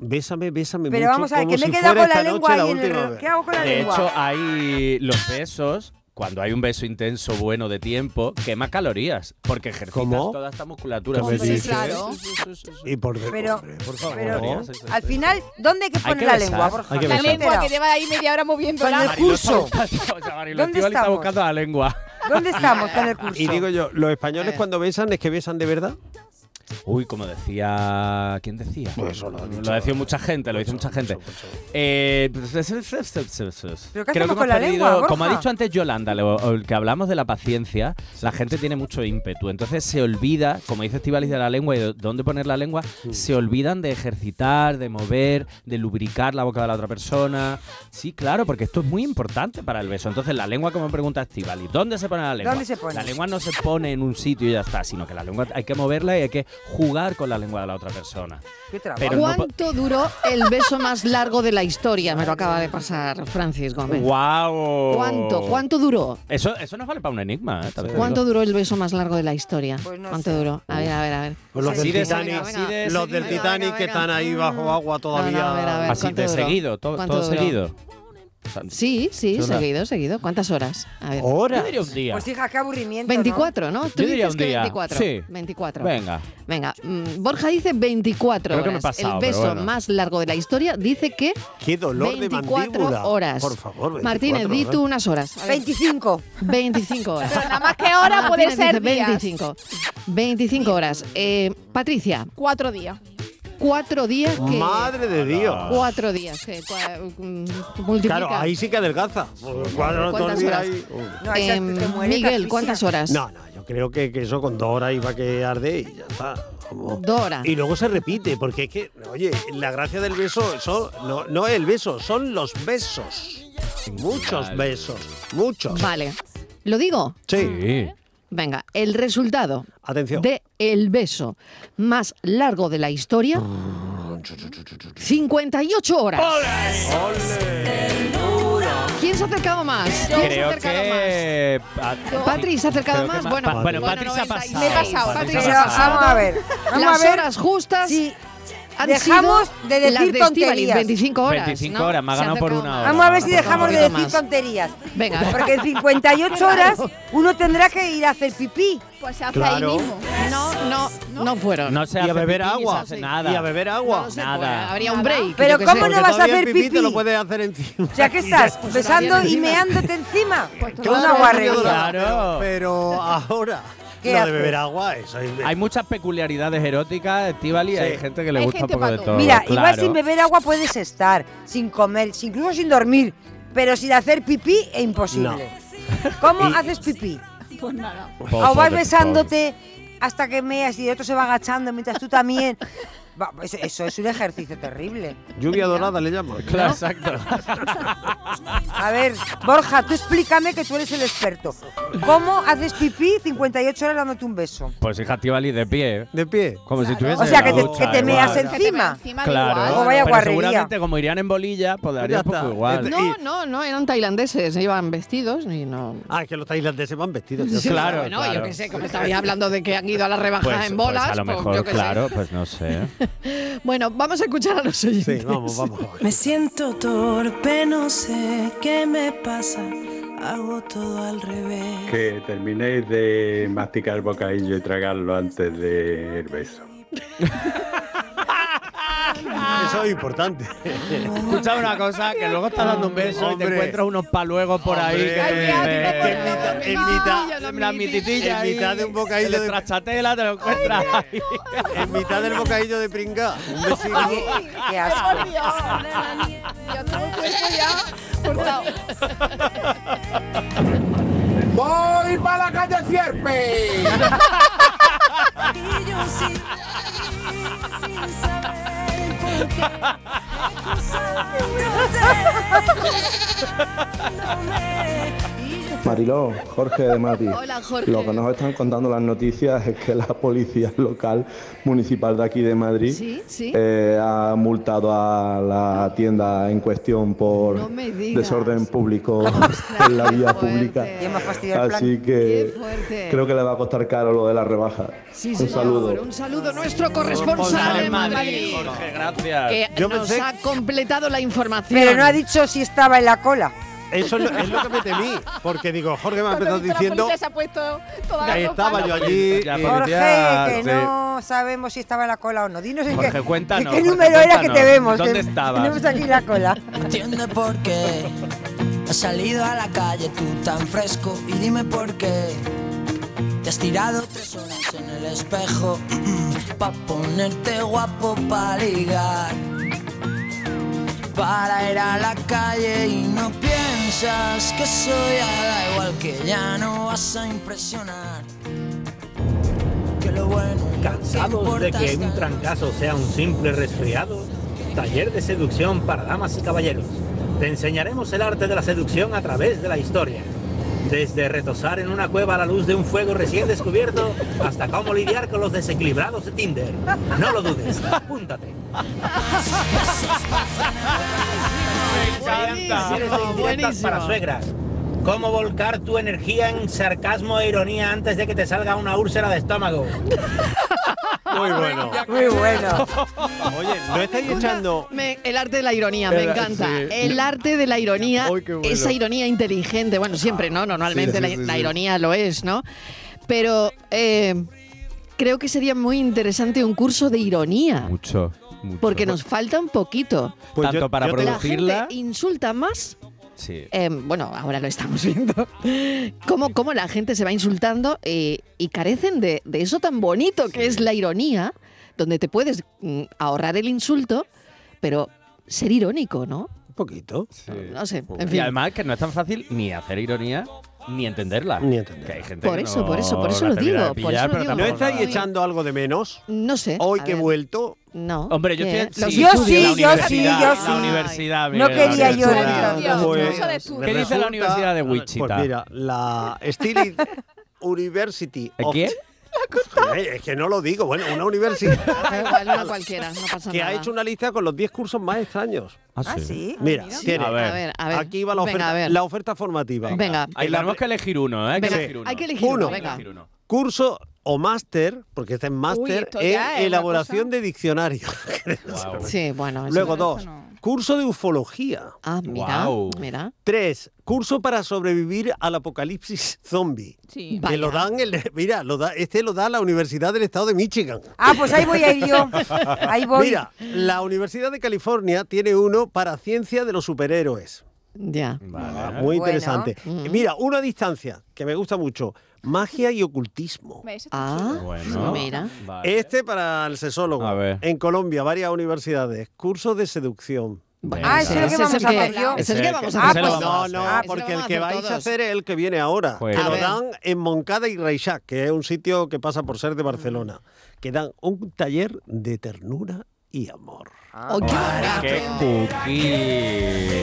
Bésame, bésame Pero mucho, vamos a ver, como que me si he quedado fuera con la esta lengua noche la ahí en el última reloj. vez. ¿Qué hago con la De lengua? hecho, hay los besos, cuando hay un beso intenso, bueno, de tiempo, quema calorías, porque ejercitas ¿Cómo? toda esta musculatura. ¿Cómo Sí, me sí, sí. Claro. Y por de- Pero, hombre, por favor. pero No. al final, ¿dónde hay que poner que la besar, lengua, Borja? hay que Me he besar. lengua que enterado. lleva ahí media hora moviéndola. Con el curso. O sea, Marilo ¿Dónde Estíbaliz está estamos? buscando la lengua. ¿Dónde estamos con el curso? Y digo yo, los españoles cuando besan es que besan de verdad. Uy, como decía. ¿Quién decía? Pues eso lo ha dicho. decía mucha gente, lo dice mucha gente. Eh, pues, Creo que hacemos hemos con la perdido- lengua, Borja? como ha dicho antes Yolanda, lo- o que hablamos de la paciencia, la gente tiene mucho ímpetu, entonces se olvida, como dice Estivalis de la lengua y de dónde poner la lengua, Mm. se olvidan de ejercitar, de mover, de lubricar la boca de la otra persona. Sí, claro, porque esto es muy importante para el beso. Entonces, la lengua, como pregunta Estivalis, ¿dónde se pone la lengua? ¿Dónde se pone? La lengua no se pone en un sitio y ya está, sino que la lengua hay que moverla y hay que jugar con la lengua de la otra persona. Qué trabajo. Pero no po- ¿Cuánto duró el beso más largo de la historia? Me lo acaba de pasar Francis Gómez. ¡Guau! ¿Cuánto? ¿Cuánto duró? Eso, eso nos vale para un enigma, ¿eh? También te ¿Cuánto digo. duró el beso más largo de la historia? Pues no ¿Cuánto sé. duró? A ver, a ver, a ver. Pues los del Así de Titanic, seguido, venga, los del venga, Titanic que están ahí bajo agua No, no, a ver, a todavía. ver, Así ¿cuánto de duró? seguido, to- todo, ¿Cuánto duró? seguido. Sí, sí, Son las- seguido, seguido. ¿Cuántas horas? A ver. ¿Horas? Yo diría un día. Pues hija, qué aburrimiento. 24, ¿no? Tú Yo diría dices un que día. 24. Sí. 24. Venga. Venga, mm, Borja dice 24 Creo que me he horas. pasado, el pero beso bueno. más largo de la historia dice que Qué dolor de 24 mandíbula. horas. Por favor, Martínez, 24 di horas. tú unas horas. 25. 25 horas. Pero nada más que hora puede Martínez ser dice días. 25. 25 horas. Eh, Patricia, Cuatro días. cuatro días que... Madre de Dios. Cuatro días. que cua- mm, multiplica. Claro, ahí sí que adelgaza. Porque cuatro ¿Cuántas horas horas? ahí, uy. No, esa Em, te muere, Miguel, Patricia. ¿cuántas horas? No, no, yo creo que, que eso con dos horas iba a que arde y ya está. Vamos. Dos horas. Y luego se repite, porque es que, oye, la gracia del beso eso no, no es el beso, son los besos. Muchos Vale. besos, muchos. Vale. ¿Lo digo? Sí. Venga, el resultado Atención. de el beso más largo de la historia. 58 horas. ¿Quién se ha acercado más? ¿Quién se ha Creo acercado que. más? Patri se ha acercado Creo que más. más- Bueno, pa- bueno, Patri se ha pasado. Me he pasado. Patri Patri se se ha ha pasado. pasado. Vamos a ver. Vamos Las a ver. horas justas. Sí. han Dejamos sido de decir las de Estíbaliz, tonterías. 25 horas. 25 ¿no? horas, me ha Se ganado por acercado una más. hora. Vamos a ver si Me ha ganado dejamos por de una hora. decir tonterías. Venga. Porque en 58 horas uno tendrá que ir a hacer pipí. Pues se hace Claro. ahí mismo. No, no, no fueron. No se Y a hace beber pipí ni se agua. hace nada. Y a beber agua. No se puede, Habría un break. Pero yo qué ¿cómo sé. no vas a Todavía hacer el pipí te pipí? lo puedes hacer encima. Ya que estás Pues besando todavía y encima. Pues meándote encima. una Claro, guarrería. Claro. Pero ahora, ¿Qué lo de haces? beber agua, eso es. Hay muchas peculiaridades eróticas, Estivali, Sí. hay gente que le Hay gusta un gente poco pa' de todo. todo. Mira, igual claro. sin beber agua puedes estar, sin comer, sin- incluso sin dormir. Pero sin hacer pipí es imposible. ¿Cómo Y- haces pipí? Pues nada. O vas besándote hasta que meas y el otro se va agachando mientras tú también. Va, Eso, eso es un ejercicio terrible. Lluvia dorada le llamo. Claro, exacto. A ver, Borja, tú explícame que tú eres el experto. ¿Cómo haces pipí 58 horas dándote un beso? Pues hija Estivali, de pie. De pie. Como si tuviese O sea, la que te, ducha, que te meas igual. encima. Claro. O vaya pero guarrería. seguramente como irían en bolilla, pues daría un poco igual. No, no, no, eran tailandeses, no iban vestidos y no. Ah, es que los tailandeses van vestidos. ya Sí, sé. claro, Bueno, yo claro. qué sé, como estabais hablando de que han ido a las rebajas Pues, en pues bolas, a lo pues mejor, yo qué sé. claro, pues no sé. Bueno, vamos a escuchar a los oyentes. vamos, vamos. Me siento torpe, no sé qué me pasa. Hago todo al revés. Que terminéis de masticar el bocadillo y tragarlo antes del beso. Eso es importante. Escucha una cosa, que luego estás dando un beso y te Hombre. encuentras unos paluegos por ahí. Hombre. Ay, mira, dime por favor, Que en mi mitad, titilla, en mi mitad, mititilla, titilla. En mitad de un bocadillo de de- trachatela te lo encuentras. ahí. En mitad del bocadillo de pringa. Un besito. Ay, qué asco. Ya todo el cuerpo ya cortado. Voy para la calle Sierpe. Mariló, Jorge de Mati. Hola, Jorge. Lo que nos están contando las noticias es que la policía local municipal de aquí de Madrid Sí, sí. eh, ha multado a la tienda en cuestión por No me digas. desorden público en la vía pública. Ya me Eh, ha fastidiado el plan. Así que Qué fuerte. creo que le va a costar caro lo de la rebaja. Sí, Un señor. saludo. Un saludo a nuestro corresponsal en Madrid. Jorge, gracias. Que Yo nos pensé- ha completado la información. Pero no ha dicho si estaba en la cola. Eso es lo, es lo que me temí. Porque digo, Jorge me ha empezado diciendo. Se ha puesto toda la Ahí ropa. estaba yo allí. eh, La y- Jorge, policía, que sí. no sabemos si estaba en la cola o no. Dinos en Jorge, qué, cuéntanos, en qué Jorge, número era que te cuéntanos. vemos. ¿Dónde que estabas? Tenemos aquí la cola. Entiende por qué has salido a la calle tú tan fresco y dime por qué te has tirado tres horas en el espejo pa ponerte guapo pa ligar para ir a la calle y no piensas que soy ya da igual que ya no vas a impresionar que lo bueno ¿Cansados de que un trancazo sea un simple resfriado? Taller de seducción para damas y caballeros. Te enseñaremos el arte de la seducción a través de la historia. Desde retosar en una cueva a la luz de un fuego recién descubierto hasta cómo lidiar con los desequilibrados de Tinder. No lo dudes, apúntate. Talleres de indirectas para suegras. Cómo volcar tu energía en sarcasmo e ironía antes de que te salga una úlcera de estómago. Muy bueno. Muy bueno. Oye, no estáis Una- echando. me- el arte de la ironía, me El- encanta. sí. El arte de la ironía, Uy, qué bueno. Ah, esa ironía inteligente, bueno, siempre, ¿no? Normalmente sí, la, sí, sí, la sí. ironía lo es, ¿no? Pero eh, creo que sería muy interesante un curso de ironía, Mucho, mucho. porque nos falta un poquito. Pues Tanto yo- para yo te- La producirla- gente insulta más Sí. eh, bueno, ahora lo estamos viendo. Cómo, cómo la gente se va insultando eh, y carecen de, de eso tan bonito que es la ironía, donde te puedes mm, ahorrar el insulto, pero ser irónico, ¿no? Un poquito. No sé, en Y fin. además que no es tan fácil ni hacer ironía ni entenderla. Ni entenderla. Por eso, por eso, por eso lo digo, por eso lo digo. ¿No estáis Muy- echando algo de menos? No sé. Hoy a que he ver. vuelto. No. Hombre, yo ¿Qué? estoy Los en- estudios, sí, la yo sí, yo sí, universidad, yo la sí. universidad, No Miguel, la quería yo universidad. entrar. Dios, Pues- curso de estudios. ¿Qué dice la Universidad de Wichita? Pues mira, la Steel University. ¿A of- quién? Eh, Es que no lo digo, bueno, una universidad Da igual, una cualquiera, no pasa que nada. ha hecho una lista con los 10 cursos más extraños. Ah, sí. sí. Ah, Mira, mira. tiene- A ver, a ver, a ver. Aquí va la Venga, oferta, a ver. la oferta formativa. Venga. Ahí tenemos que elegir uno, ¿eh? Hay que Venga, elegir uno. hay que elegir uno, venga. Elegir uno. Curso o máster, porque este es máster, esto en ya es una elaboración de diccionario. Sí, bueno. eso Luego no- dos, curso de ufología. Ah, mira, Guau. mira. Tres, curso para sobrevivir al apocalipsis zombie. Sí. Que Vaya. lo dan, el- mira, lo da, este lo da la Universidad del Estado de Michigan. Ah, pues ahí voy a ir yo. Ahí voy. Mira, la Universidad de California tiene uno para ciencia de los superhéroes. Ya. Ah, muy Bueno. interesante. Y Mira, uno a distancia, que me gusta mucho. Magia y ocultismo. Ah, Bueno. mira. Este para el sesólogo. En Colombia, varias universidades. Curso de seducción. Ah, ese es lo que vamos a hacer yo. ese es el que vamos a Ah, hacer pues todos. No, no, Ah, porque ese lo el que vamos a hacer vais todos. a hacer es el que viene ahora. Pues- que A lo ver. dan en Moncada y Reixac, que es un sitio que pasa por ser de Barcelona. Que dan un taller de ternura y amor. Oh, Ah. qué barato. ¡Qué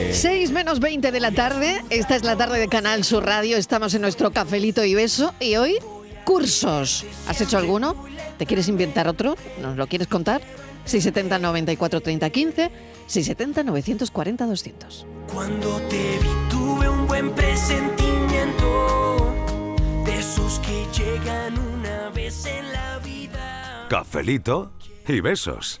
cookie! 6 menos 20 de la tarde, esta es la tarde de Canal Sur Radio, estamos en nuestro cafelito y beso y hoy cursos. ¿Has hecho alguno? ¿Te quieres inventar otro? ¿Nos lo quieres contar? 670 94 30 15, 670 940 200. Cuando te vi tuve un buen presentimiento de esos que llegan una vez en la vida. Cafelito y besos.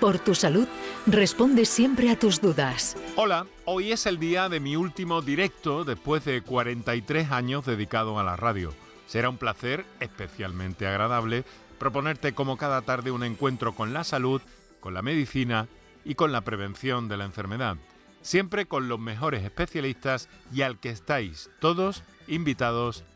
por tu salud, responde siempre a tus dudas. Hola, hoy es el día de mi último directo después de 43 años dedicado a la radio. Será un placer especialmente agradable proponerte como cada tarde un encuentro con la salud, con la medicina y con la prevención de la enfermedad. Siempre con los mejores especialistas y al que estáis todos invitados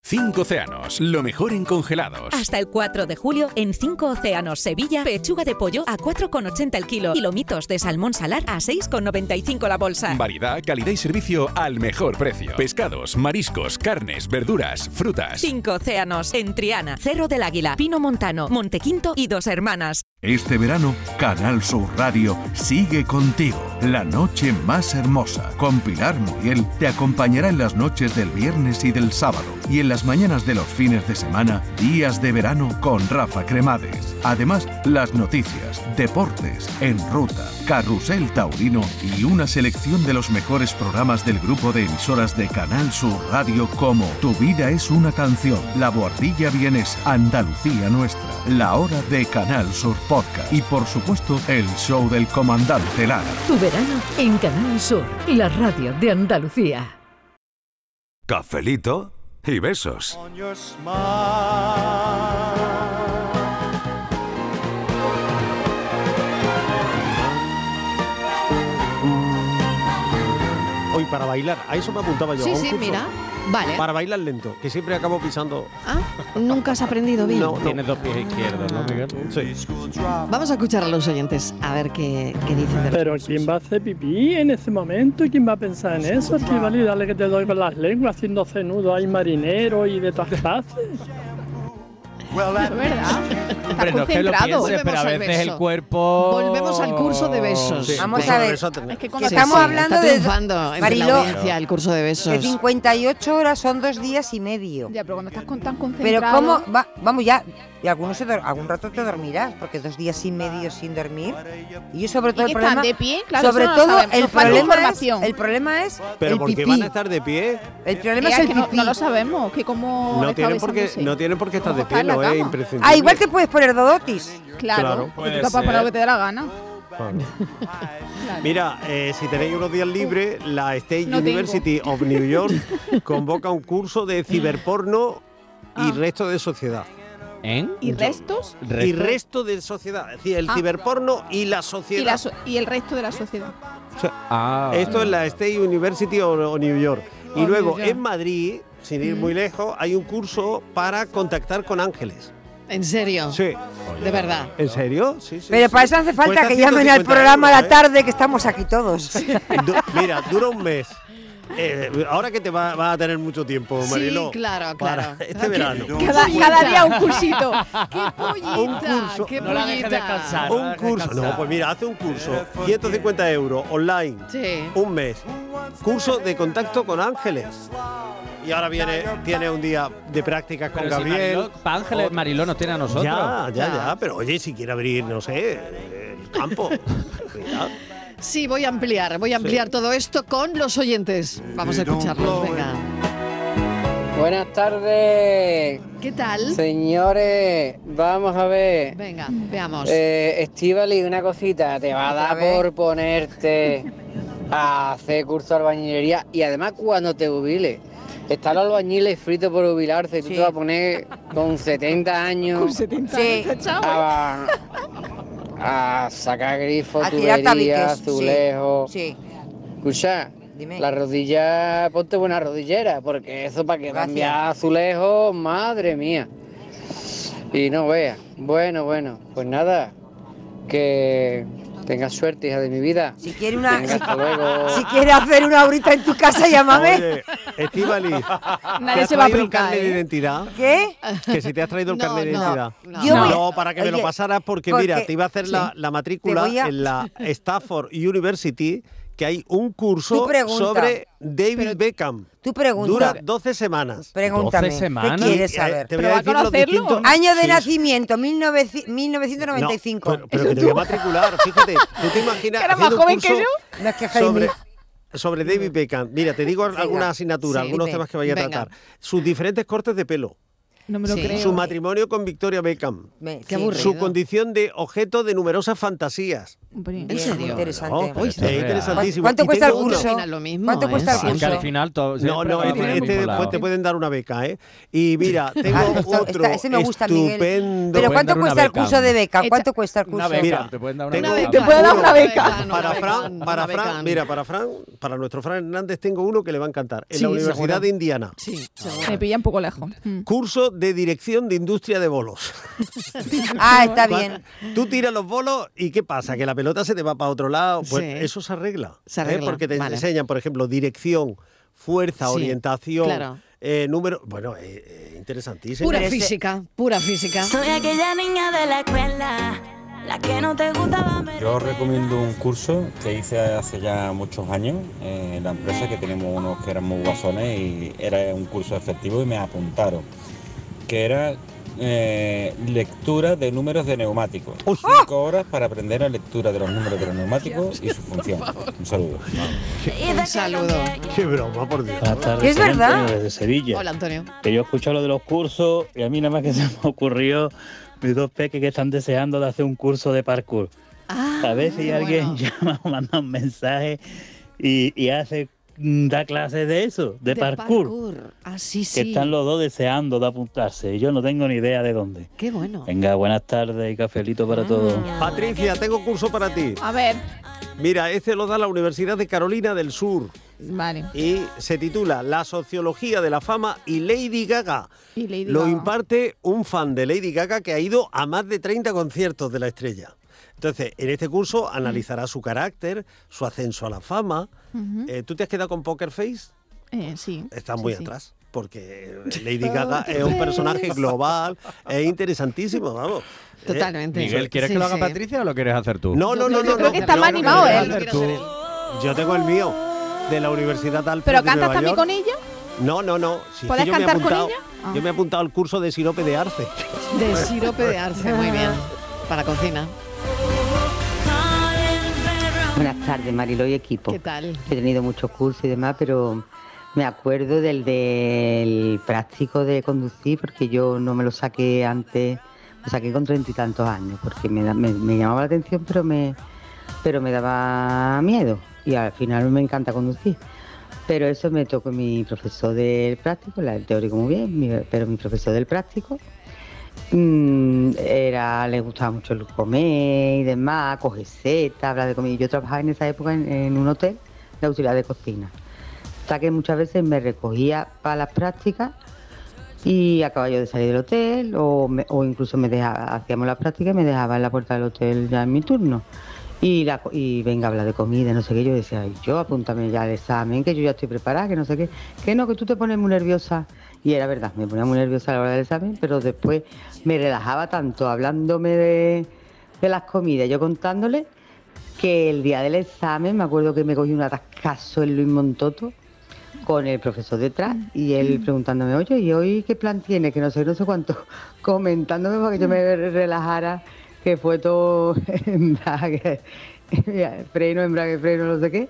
Cinco océanos, lo mejor en congelados. Hasta el 4 de julio, en 5 Océanos Sevilla, pechuga de pollo a 4,80 el kilo y lomitos de salmón salar a 6,95 la bolsa. Variedad, calidad y servicio al mejor precio. Pescados, mariscos, carnes, verduras, frutas. 5 Océanos, en Triana, Cerro del Águila, Pino Montano, Montequinto y Dos Hermanas. Este verano, Canal Sur Radio sigue contigo. La noche más hermosa con Pilar Muriel te acompañará en las noches del viernes y del sábado y en las mañanas de los fines de semana, días de verano con Rafa Cremades. Además, las noticias, deportes, en ruta, carrusel taurino y una selección de los mejores programas del grupo de emisoras de Canal Sur Radio como Tu vida es una canción, La Boardilla Vienes, Andalucía Nuestra, La Hora de Canal Sur Podcast y por supuesto el show del comandante Lara. Tu verano en Canal Sur, la radio de Andalucía. Cafelito y besos. Hoy para bailar, a eso me apuntaba yo. a Sí, un sí, curso mira. Vale. Para bailar lento, que siempre acabo pisando. Ah, nunca has aprendido bien. No, no. Tienes dos pies izquierdos, ¿no, Miguel? Sí. Vamos a escuchar a los oyentes a ver qué, qué dicen. de los Pero cursos. ¿quién va a hacer pipí en ese momento? ¿Quién va a pensar en eso? Estivali, dale que te doy con las lenguas haciendo cenudo ahí marinero y de todas partes. Es verdad. Hombre, no es que lo concentrado. pienses, pero Volvemos a al veces el beso. cuerpo. Volvemos al curso de besos. Sí, Vamos curso a de ver. besos tenemos. Es que cuando- estamos Sí, sí, hablando está de- triunfando en Barilo. la audiencia el curso de Que besos. 58 horas son dos días y medio. Ya, pero cuando estás con tan Pero concentrado. cómo va- vamos ya, y algunos se dor- algún rato te dormirás porque dos días y medio sin dormir. Y yo sobre todo que el problema están de pie? Claro, sobre eso no lo todo sabemos, el nos falta problema es, información. el problema es Pero el porque pipí. van a estar de pie. El problema Ya, es el Eh, que no, pipí. no lo sabemos, que como No tienen, por qué, no tienen por qué estar de Ojalá pie, no la es cama. imprescindible. Ah, igual te puedes poner dodotis. Claro. Claro, Puede tú te vas a poner ser. lo que te dé la gana. Claro. Mira, eh, si tenéis unos días libres, la State No tengo. University of New York convoca un curso de ciberporno Ah. y resto de sociedad. ¿En? ¿Y restos? Y resto de sociedad. Es decir, el Ah. ciberporno y la sociedad. Y, la so- y el resto de la sociedad. O sea, ah, Esto es la State University of, of New York. Y Of luego Oh, New York. Mm. en Madrid, sin ir muy lejos, hay un curso para contactar con ángeles. ¿En serio? Sí. De verdad. ¿En serio? Sí, sí. Pero sí. para eso hace falta Cuesta que llamen al 150 programa a la euros, ¿eh? tarde que estamos aquí todos. Du- mira, dura un mes. Eh, ahora que te va- vas a tener mucho tiempo, Sí, Mariló. claro, claro. para Este verano. Cada, cada día un cursito. ¡Qué pollita! Un curso. ¡Qué No la dejes pollita! descansar. Un curso. No, pues mira, hace un curso. 150 euros online. Sí. Un mes. Curso de contacto con ángeles. Y ahora viene, tiene un día de prácticas con Pero si Gabriel. Mariló- pa' Ángeles, Ot- Mariló nos tiene a nosotros. Ya, ya, ya. Pero oye, si quiere abrir, no sé, el campo. Cuidado. Sí, voy a ampliar, voy a ampliar todo esto con los oyentes. Vamos a escucharlos, venga. Buenas tardes. ¿Qué tal? Señores, vamos a ver. Venga, veamos. Eh, Estíbali, una cosita, te va a dar por ponerte a hacer curso de albañilería y además cuando te jubiles. Están los albañiles fritos por jubilarse y tú te vas a poner con 70 años. Con 70 Sí. años, chao. A, a sacar grifos, A tirar tuberías, tabiques, sí, azulejos. sí. Escucha, Dime. la rodilla, ponte buena rodillera, porque eso para que Gracias. cambia azulejo, madre mía. Y no veas. Bueno, bueno, pues nada, que tengas suerte, hija de mi vida. Si quiere una- Venga, si- hasta luego. Si quieres hacer una horita en tu casa, llámame. Oye, Estíbaliz, eh, ¿te Nadie has se va a traído el brincar, carnet de ¿eh? identidad? ¿Qué? Que si te has traído el No, carnet de no, identidad. no. Yo voy- para que me lo Oye, pasaras porque, porque- mira, te iba a hacer la, sí. la Te matrícula voy a- en la Stafford University que hay un Tú curso pregunta. sobre David Beckham. Tú pregunta. Dura 12 semanas. Eh, Pregúntame. ¿Qué quieres saber? Ah, Te voy a decir los distintos- Año de Sí. nacimiento, 1900 No, 1995. pero, pero que te voy a matricular, fíjate. ¿Tú te imaginas ¿Que era más haciendo un joven que curso yo? No, es que Jaime- sobre, sobre David Beckham. Mira, te digo algunas asignaturas, Sí, algunos dime. temas que vaya a Venga. tratar. Sus diferentes cortes de pelo. No me lo creo. Su matrimonio con Victoria Beckham. Me- sí. Qué aburrido. Su condición de objeto de numerosas fantasías. ¿En serio? interesante. No, es interesantísimo. ¿Cuánto Y cuesta el tengo uno- curso? ¿Cuánto ¿eh? cuesta el Es que curso? al final todo- No, siempre no, va por este, el este mismo después lado. te pueden dar una beca, ¿eh? Y mira, tengo Ah, esto- otro esta- ese me gusta, Miguel. estupendo. Pero ¿cuánto cuesta el curso de beca? ¿Cuánto cuesta el curso? Mira, tengo- Te pueden dar una beca. Para Fran, para Fran, mira, para Fran, para nuestro Fran Hernández tengo uno que le va a encantar. En Sí, la Universidad seguro. de Indiana. Me pilla un poco lejos. Mm. Curso de dirección de industria de bolos. Ah, está Cuando bien. Tú tiras los bolos y ¿qué pasa? Que la pelota se te va para otro lado. Pues Sí. eso se arregla. ¿eh? Se arregla, Porque te vale. enseñan, por ejemplo, dirección, fuerza, Sí, orientación, claro. eh, número. Bueno, eh, eh, interesantísimo. Pura física, pura física. Soy aquella niña de la escuela, la que no te gustaba. me- Yo os recomiendo un curso que hice hace ya muchos años eh, en la empresa que teníamos unos que eran muy guasones y era un curso efectivo y me apuntaron, que era eh, lectura de números de neumáticos. Cinco horas para aprender la lectura de los números de los neumáticos y su función. Un saludo. Un saludo. Qué broma, por Dios. Buenas tardes, Es soy verdad. Antonio Desde Sevilla. Hola, Antonio. Que yo escucho lo de los cursos y a mí nada más que se me ocurrió mis dos peques que están deseando de hacer un curso de parkour. Ah, Ah, a ver si qué alguien llama o manda un mensaje y, y hace mm, da clases de eso, de, De parkour. Ah, sí, Que sí. están los dos deseando de apuntarse. Y yo no tengo ni idea de dónde. Qué bueno. Venga, buenas tardes y cafelito para todos. Ah. Patricia, tengo curso para ti. A ver, Mira, este lo da la Universidad de Carolina del Sur vale. y se titula La sociología de la fama y Lady Gaga. Y Lady Lo Gaga. imparte un fan de Lady Gaga que ha ido a más de 30 conciertos de la estrella. Entonces, en este curso analizará su carácter, su ascenso a la fama. Ujú. Eh, ¿Tú te has quedado con Poker Face? Eh, sí. Está sí, muy sí. atrás. Porque eh, Lady Gaga es un personaje global, es interesantísimo, vamos. Eh, Totalmente. Miguel, ¿quieres que lo haga Patricia o lo quieres hacer tú? No, no, no, no. no. está Yo más creo animado lo va a él. hacer tú. Yo tengo el mío, de la Universidad de Alfred ¿Pero de cantas Nueva también York. con ella? No, no, no. Si es que ¿Puedes yo me he cantar con apuntado- ella? Ah. Yo me he apuntado al curso de sirope de arce. De sirope de arce, muy bien. Ah. Para cocina. Buenas tardes, Marilo y equipo. ¿Qué tal? He tenido muchos cursos y demás, pero me acuerdo del del práctico de conducir, porque yo no me lo saqué antes, lo saqué con treinta y tantos años, porque me, da- me- me llamaba la atención, pero me, pero me daba miedo. Y al final me encanta conducir. Pero eso me tocó mi profesor del práctico, la del teórico muy bien, mi- pero mi profesor del práctico Mm, era, le gustaba mucho el comer y demás, coger seta, hablar de comida. Yo trabajaba en esa época en, en un hotel de auxiliar de cocina. Hasta que muchas veces me recogía para las prácticas y acababa yo de salir del hotel o, me- o incluso me dejaba, hacíamos las prácticas y me dejaba en la puerta del hotel ya en mi turno. Y, la, co- y venga a hablar de comida, no sé qué. Yo decía, "Ay, yo apúntame ya al examen, que yo ya estoy preparada, que no sé qué. Que no, que tú te pones muy nerviosa. Y era verdad, me ponía muy nerviosa a la hora del examen, pero después me relajaba tanto hablándome de, de las comidas, yo contándole, que el día del examen me acuerdo que me cogí un atascazo en Luis Montoto con el profesor detrás y él preguntándome, oye, ¿y hoy qué plan tienes? Que no sé, no sé cuánto, comentándome para que yo me re- relajara, que fue todo embrague, freno, embrague, freno, no sé qué.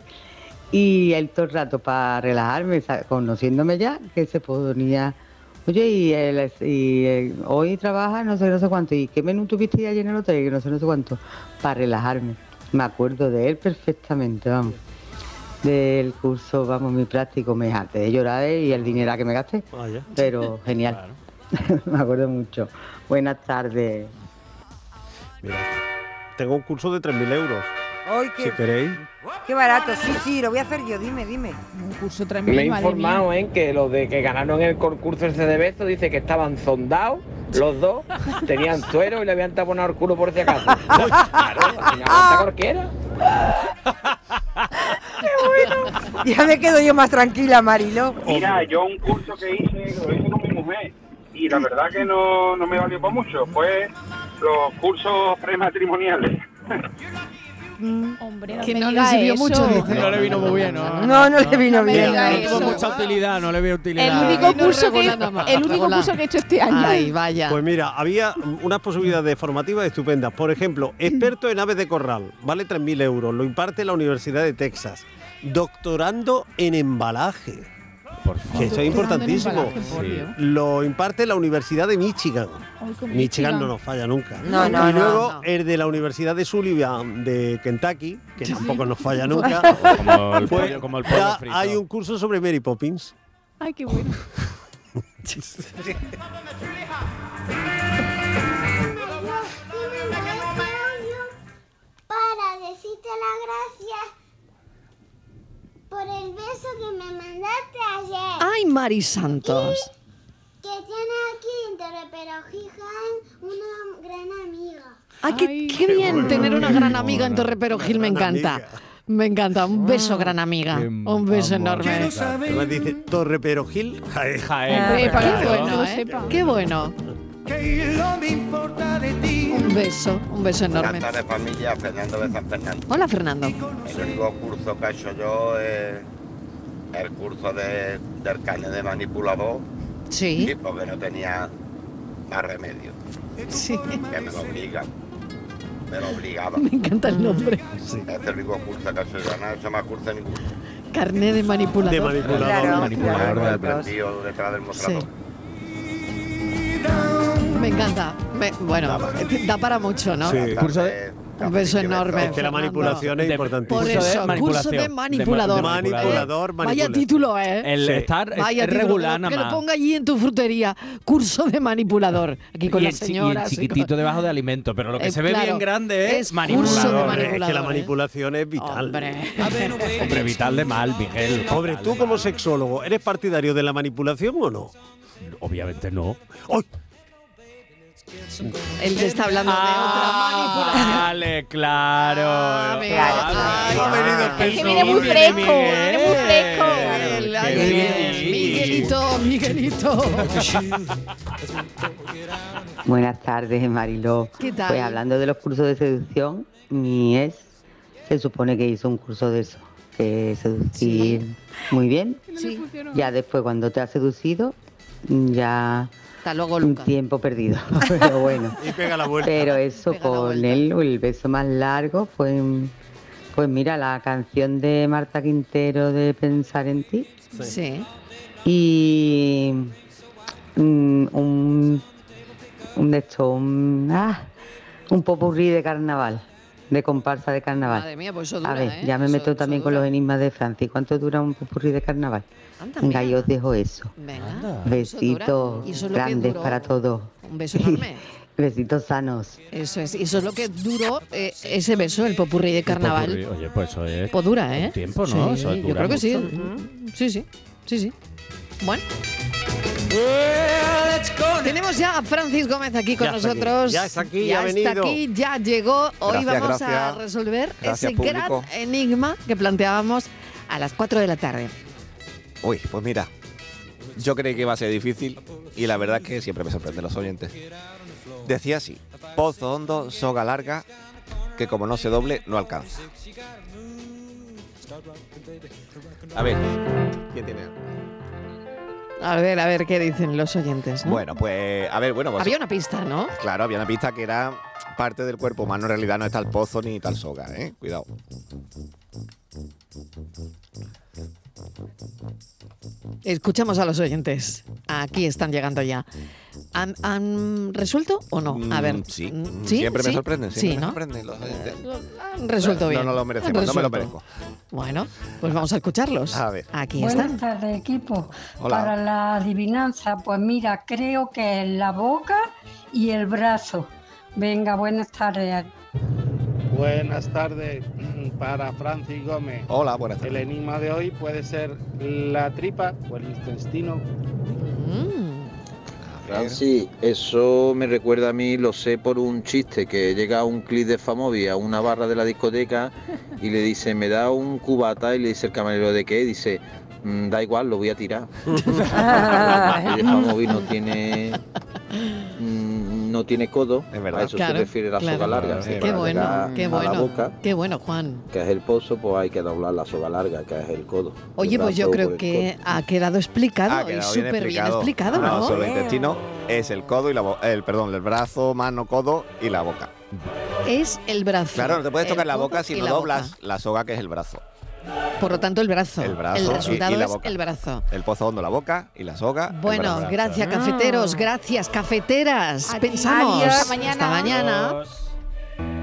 Y él todo el rato para relajarme, sa- conociéndome ya, que se ponía, oye, y, el- y el- hoy trabaja no sé, no sé cuánto, y qué menú tuviste ayer en el hotel, que no sé, no sé cuánto, para relajarme. Me acuerdo de él perfectamente, vamos. Del curso, vamos, mi práctico, me jate de llorar y el dinero que me gasté. Vaya. Pero genial. me acuerdo mucho. Buenas tardes. Tengo un curso de 3.000 euros. Ay, qué, Si queréis. qué barato. Sí, sí, lo voy a hacer yo. Dime, dime. Un curso Me he informado eh. en que los de que ganaron el concurso ese de beso dice que estaban zondados los dos, tenían suero y le habían taponado el culo por si acaso. Pues, Claro, al final aguanta cualquiera. Ya me quedo yo más tranquila, Marilo. Mira, yo un curso que hice, lo hice con mi mujer y la verdad que no, no me valió para mucho. Fue los cursos prematrimoniales. Hombre, Que me no le diga sirvió eso. mucho, dice. No le vino muy bien, ¿no? No, no le vino me bien. diga No. eso. No tuvo mucha utilidad, no le veo El utilidad. único Vino curso que, regular nada más, el único regular. curso que he hecho este año. Pues mira, había unas posibilidades formativas estupendas. Por ejemplo, experto en aves de corral, vale 3.000 euros, lo imparte la Universidad de Texas. Doctorando en embalaje. Por favor. Que esto es importantísimo. Lo imparte la Universidad de Michigan. Michigan, Michigan. no nos falla nunca. ¿eh? No, no, y no, luego no. el de la Universidad de Sullivan de Kentucky, que Sí. tampoco nos falla nunca. Como el Pues pollo- como el pollo ya frito. Hay un curso sobre Mary Poppins. Ay, qué bueno. Para decirte las gracias por el beso que me mandaste ayer. ¡Ay, Mari Santos! Que tiene aquí en Torreperojiján una gran amiga. ¡Ay, Ah, qué, qué bien bueno, tener una qué gran amiga en Torreperojil, me encanta. Me encanta, un beso, gran amiga. Un beso enorme. Además dice Torre Perojil, Jaén. Eh, para- qué bueno, ¿eh? Qué bueno. Un beso, un beso enorme. Buenas tardes, familia. Fernando de San Fernando. Hola, Fernando. El único curso que he hecho yo es el curso de, del carnet de manipulador. Sí. Y porque no tenía más remedio. Sí. Que me lo obligan. Me lo obligaban. Me encanta el nombre. Este es el único curso que he hecho yo. No he hecho más curso ningún. Carné de manipulador. manipulador. de aprendido detrás del mostrador. Me encanta. Me- bueno, da para mucho, ¿no? Sí. Curso de- Un beso enorme. Es que la Fernando. manipulación es importante. Por ¿eh? eso, curso de manipulador. Manipulador, Eh, Vaya título, ¿eh? El Sí. estar eh, Vaya título, regular que lo- nada Que lo más. ponga allí en tu frutería. Curso de manipulador. Aquí con y, la el chi- y el señora. chiquitito debajo de alimento, pero lo que Eh, se ve claro, bien grande es, es ¿eh? manipulador. curso de Hombre, Es que la manipulación es vital. Hombre, vital de mal, Miguel. Hombre, tú como sexólogo, ¿eres partidario de la manipulación o no? Obviamente no. Él te está hablando de otra manipulación. Vale, claro. Ah, Es que viene muy fresco, viene muy fresco. Miguel, ay, Miguelito, Miguelito. Buenas tardes, Mariló. ¿Qué tal? Pues hablando de los cursos de seducción, mi ex se supone que hizo un curso de eso, de seducir muy bien. Sí. Ya después, cuando te has seducido, ya Hasta luego, un Luca. tiempo perdido. Pero bueno. Y pega la vuelta. Pero eso con él, el beso más largo fue, en- pues mira, la canción de Marta Quintero de Pensar en ti. Sí. Y mm, un, un de esto, un, ah, un popurrí de carnaval, de comparsa de carnaval. Madre mía, pues eso A dura, ver, ¿eh? ya me Eso- meto también con los enigmas de Francia. ¿Y ¿Cuánto dura un popurrí de carnaval? Anda, Venga, yo os dejo eso. Venga. Besitos Y eso es lo que grandes duró. para todos. Un beso enorme. Besitos sanos. Eso es. Y eso es lo que duró eh, ese beso, el popurrí de carnaval. Oye, pues eso es. Pues dura, ¿eh? un tiempo, ¿no? Sí, Eso yo dura creo que sí. mucho. Sí, sí. Sí, sí. Bueno. Tenemos ya a Francis Gómez aquí con Ya está aquí, nosotros. ya está aquí, ya ha está venido. aquí, ya llegó. Hoy Gracias, vamos a gracias. resolver Gracias, ese público. gran enigma que planteábamos a las 4 de la tarde. Uy, pues mira, yo creí que iba a ser difícil y la verdad es que siempre me sorprenden los oyentes. Decía así, pozo hondo, soga larga, que como no se doble, no alcanza. A ver, ¿quién tiene? algo? A ver, a ver qué dicen los oyentes. ¿no? Bueno, pues, a ver, bueno, pues, Había una pista, ¿no? claro, había una pista que era parte del cuerpo humano, en realidad no está el pozo ni tal soga, ¿eh? Cuidado. Escuchamos a los oyentes. Aquí están llegando ya. ¿Han, han resuelto o no? Oh, A ver. Mm, sí. Mm, Siempre me ¿Sí? sorprenden, Sí, siempre me ¿no? sorprenden los oyentes. Han resuelto No, bien. No, lo Han merecemos, no me lo resuelto. merezco. Bueno, pues vamos a escucharlos. A ver. Aquí Buenas están. tardes, equipo. Hola. Para la adivinanza, pues mira, creo que es la boca y el brazo. Venga, buenas tardes. Buenas tardes mm, para Francis Gómez. Hola, buenas El enigma de hoy puede ser la tripa o el intestino. Francis, eso me recuerda a mí, lo sé por un chiste, que llega un clip de Famobi a una barra de la discoteca y le dice, me da un cubata y le dice el camarero de qué, dice, "Mm, da igual, lo voy a tirar. Oye, Famobi no tiene mm, no tiene codo, a eso Claro, se refiere la soga claro. larga. Sí, que qué para bueno, llegar qué A la bueno. boca, Qué bueno, Juan. que es el pozo, pues hay que doblar la soga larga, que es el codo. Oye, El pues yo brazo creo por el que ha quedado explicado Ah, y quedado bien Ah, súper bien explicado, No, ¿no? solo el intestino es el codo y la bo- el perdón, el brazo, mano, codo y la boca. Es el brazo. Claro, no te puedes el tocar la codo boca y si no la doblas boca. la soga que es el brazo. Por lo tanto, el brazo. El brazo El y- resultado y la es boca. el brazo. El pozo hondo, la boca y la soga. el Bueno, brazo. gracias Ah. cafeteros, gracias cafeteras. A ti. Pensamos. Adiós. Hasta mañana. Hasta mañana.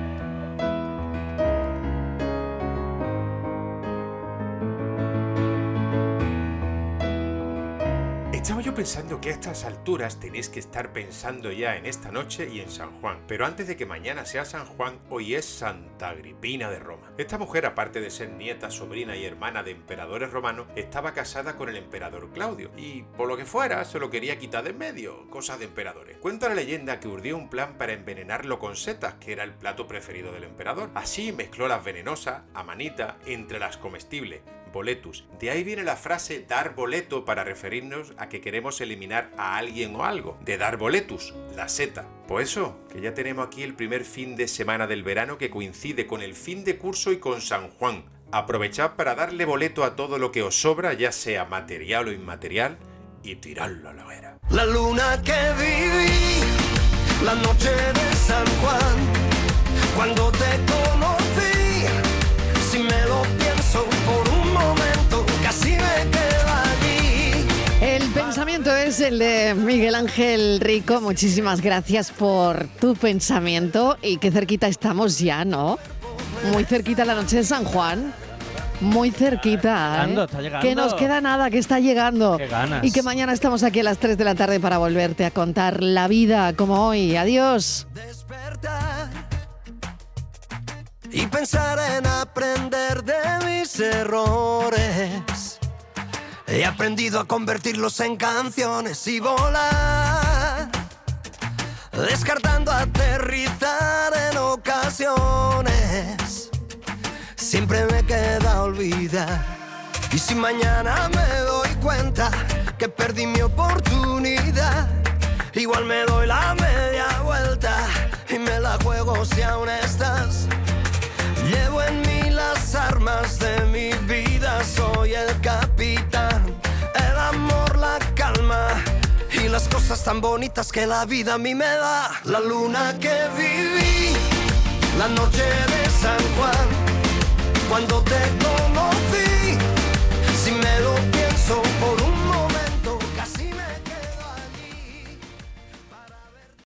Estaba yo pensando que a estas alturas tenéis que estar pensando ya en esta noche y en San Juan, pero antes de que mañana sea San Juan, hoy es Santa Agripina de Roma. Esta mujer, aparte de ser nieta, sobrina y hermana de emperadores romanos, estaba casada con el emperador Claudio y, por lo que fuera, se lo quería quitar de en medio, cosas de emperadores. Cuenta la leyenda que urdió un plan para envenenarlo con setas, que era el plato preferido del emperador. Así mezcló las venenosas, a manita, entre las comestibles, boletus. De ahí viene la frase dar boleto para referirnos a que queremos eliminar a alguien o algo. De dar boletus, la seta. Pues eso, que ya tenemos aquí el primer fin de semana del verano que coincide con el fin de curso y con San Juan. Aprovechad para darle boleto a todo lo que os sobra, ya sea material o inmaterial, y tirarlo a la hoguera. La luna que viví, la noche de San Juan, cuando te conocí, si me lo pienso por un momento, casi me quedo allí. El pensamiento es el de Miguel Ángel Rico. Muchísimas gracias por tu pensamiento y qué cerquita estamos ya, ¿no? Muy cerquita la noche de San Juan. Muy cerquita. llegando, ¿eh? está llegando. Que nos queda nada, que está llegando. Qué ganas. Y que mañana estamos aquí a las 3 de la tarde para volverte a contar la vida como hoy. Adiós. y pensar en aprender de mis errores. He aprendido a convertirlos en canciones y volar, descartando aterrizar en ocasiones. Siempre me queda olvidar. Y si mañana me doy cuenta que perdí mi oportunidad, igual me doy la media vuelta y me la juego si aún estás. Llevo en mí las armas de mi vida, soy el capitán. El amor, la calma y las cosas tan bonitas que la vida a mí me da. La luna que viví, la noche de San Juan, cuando te conocí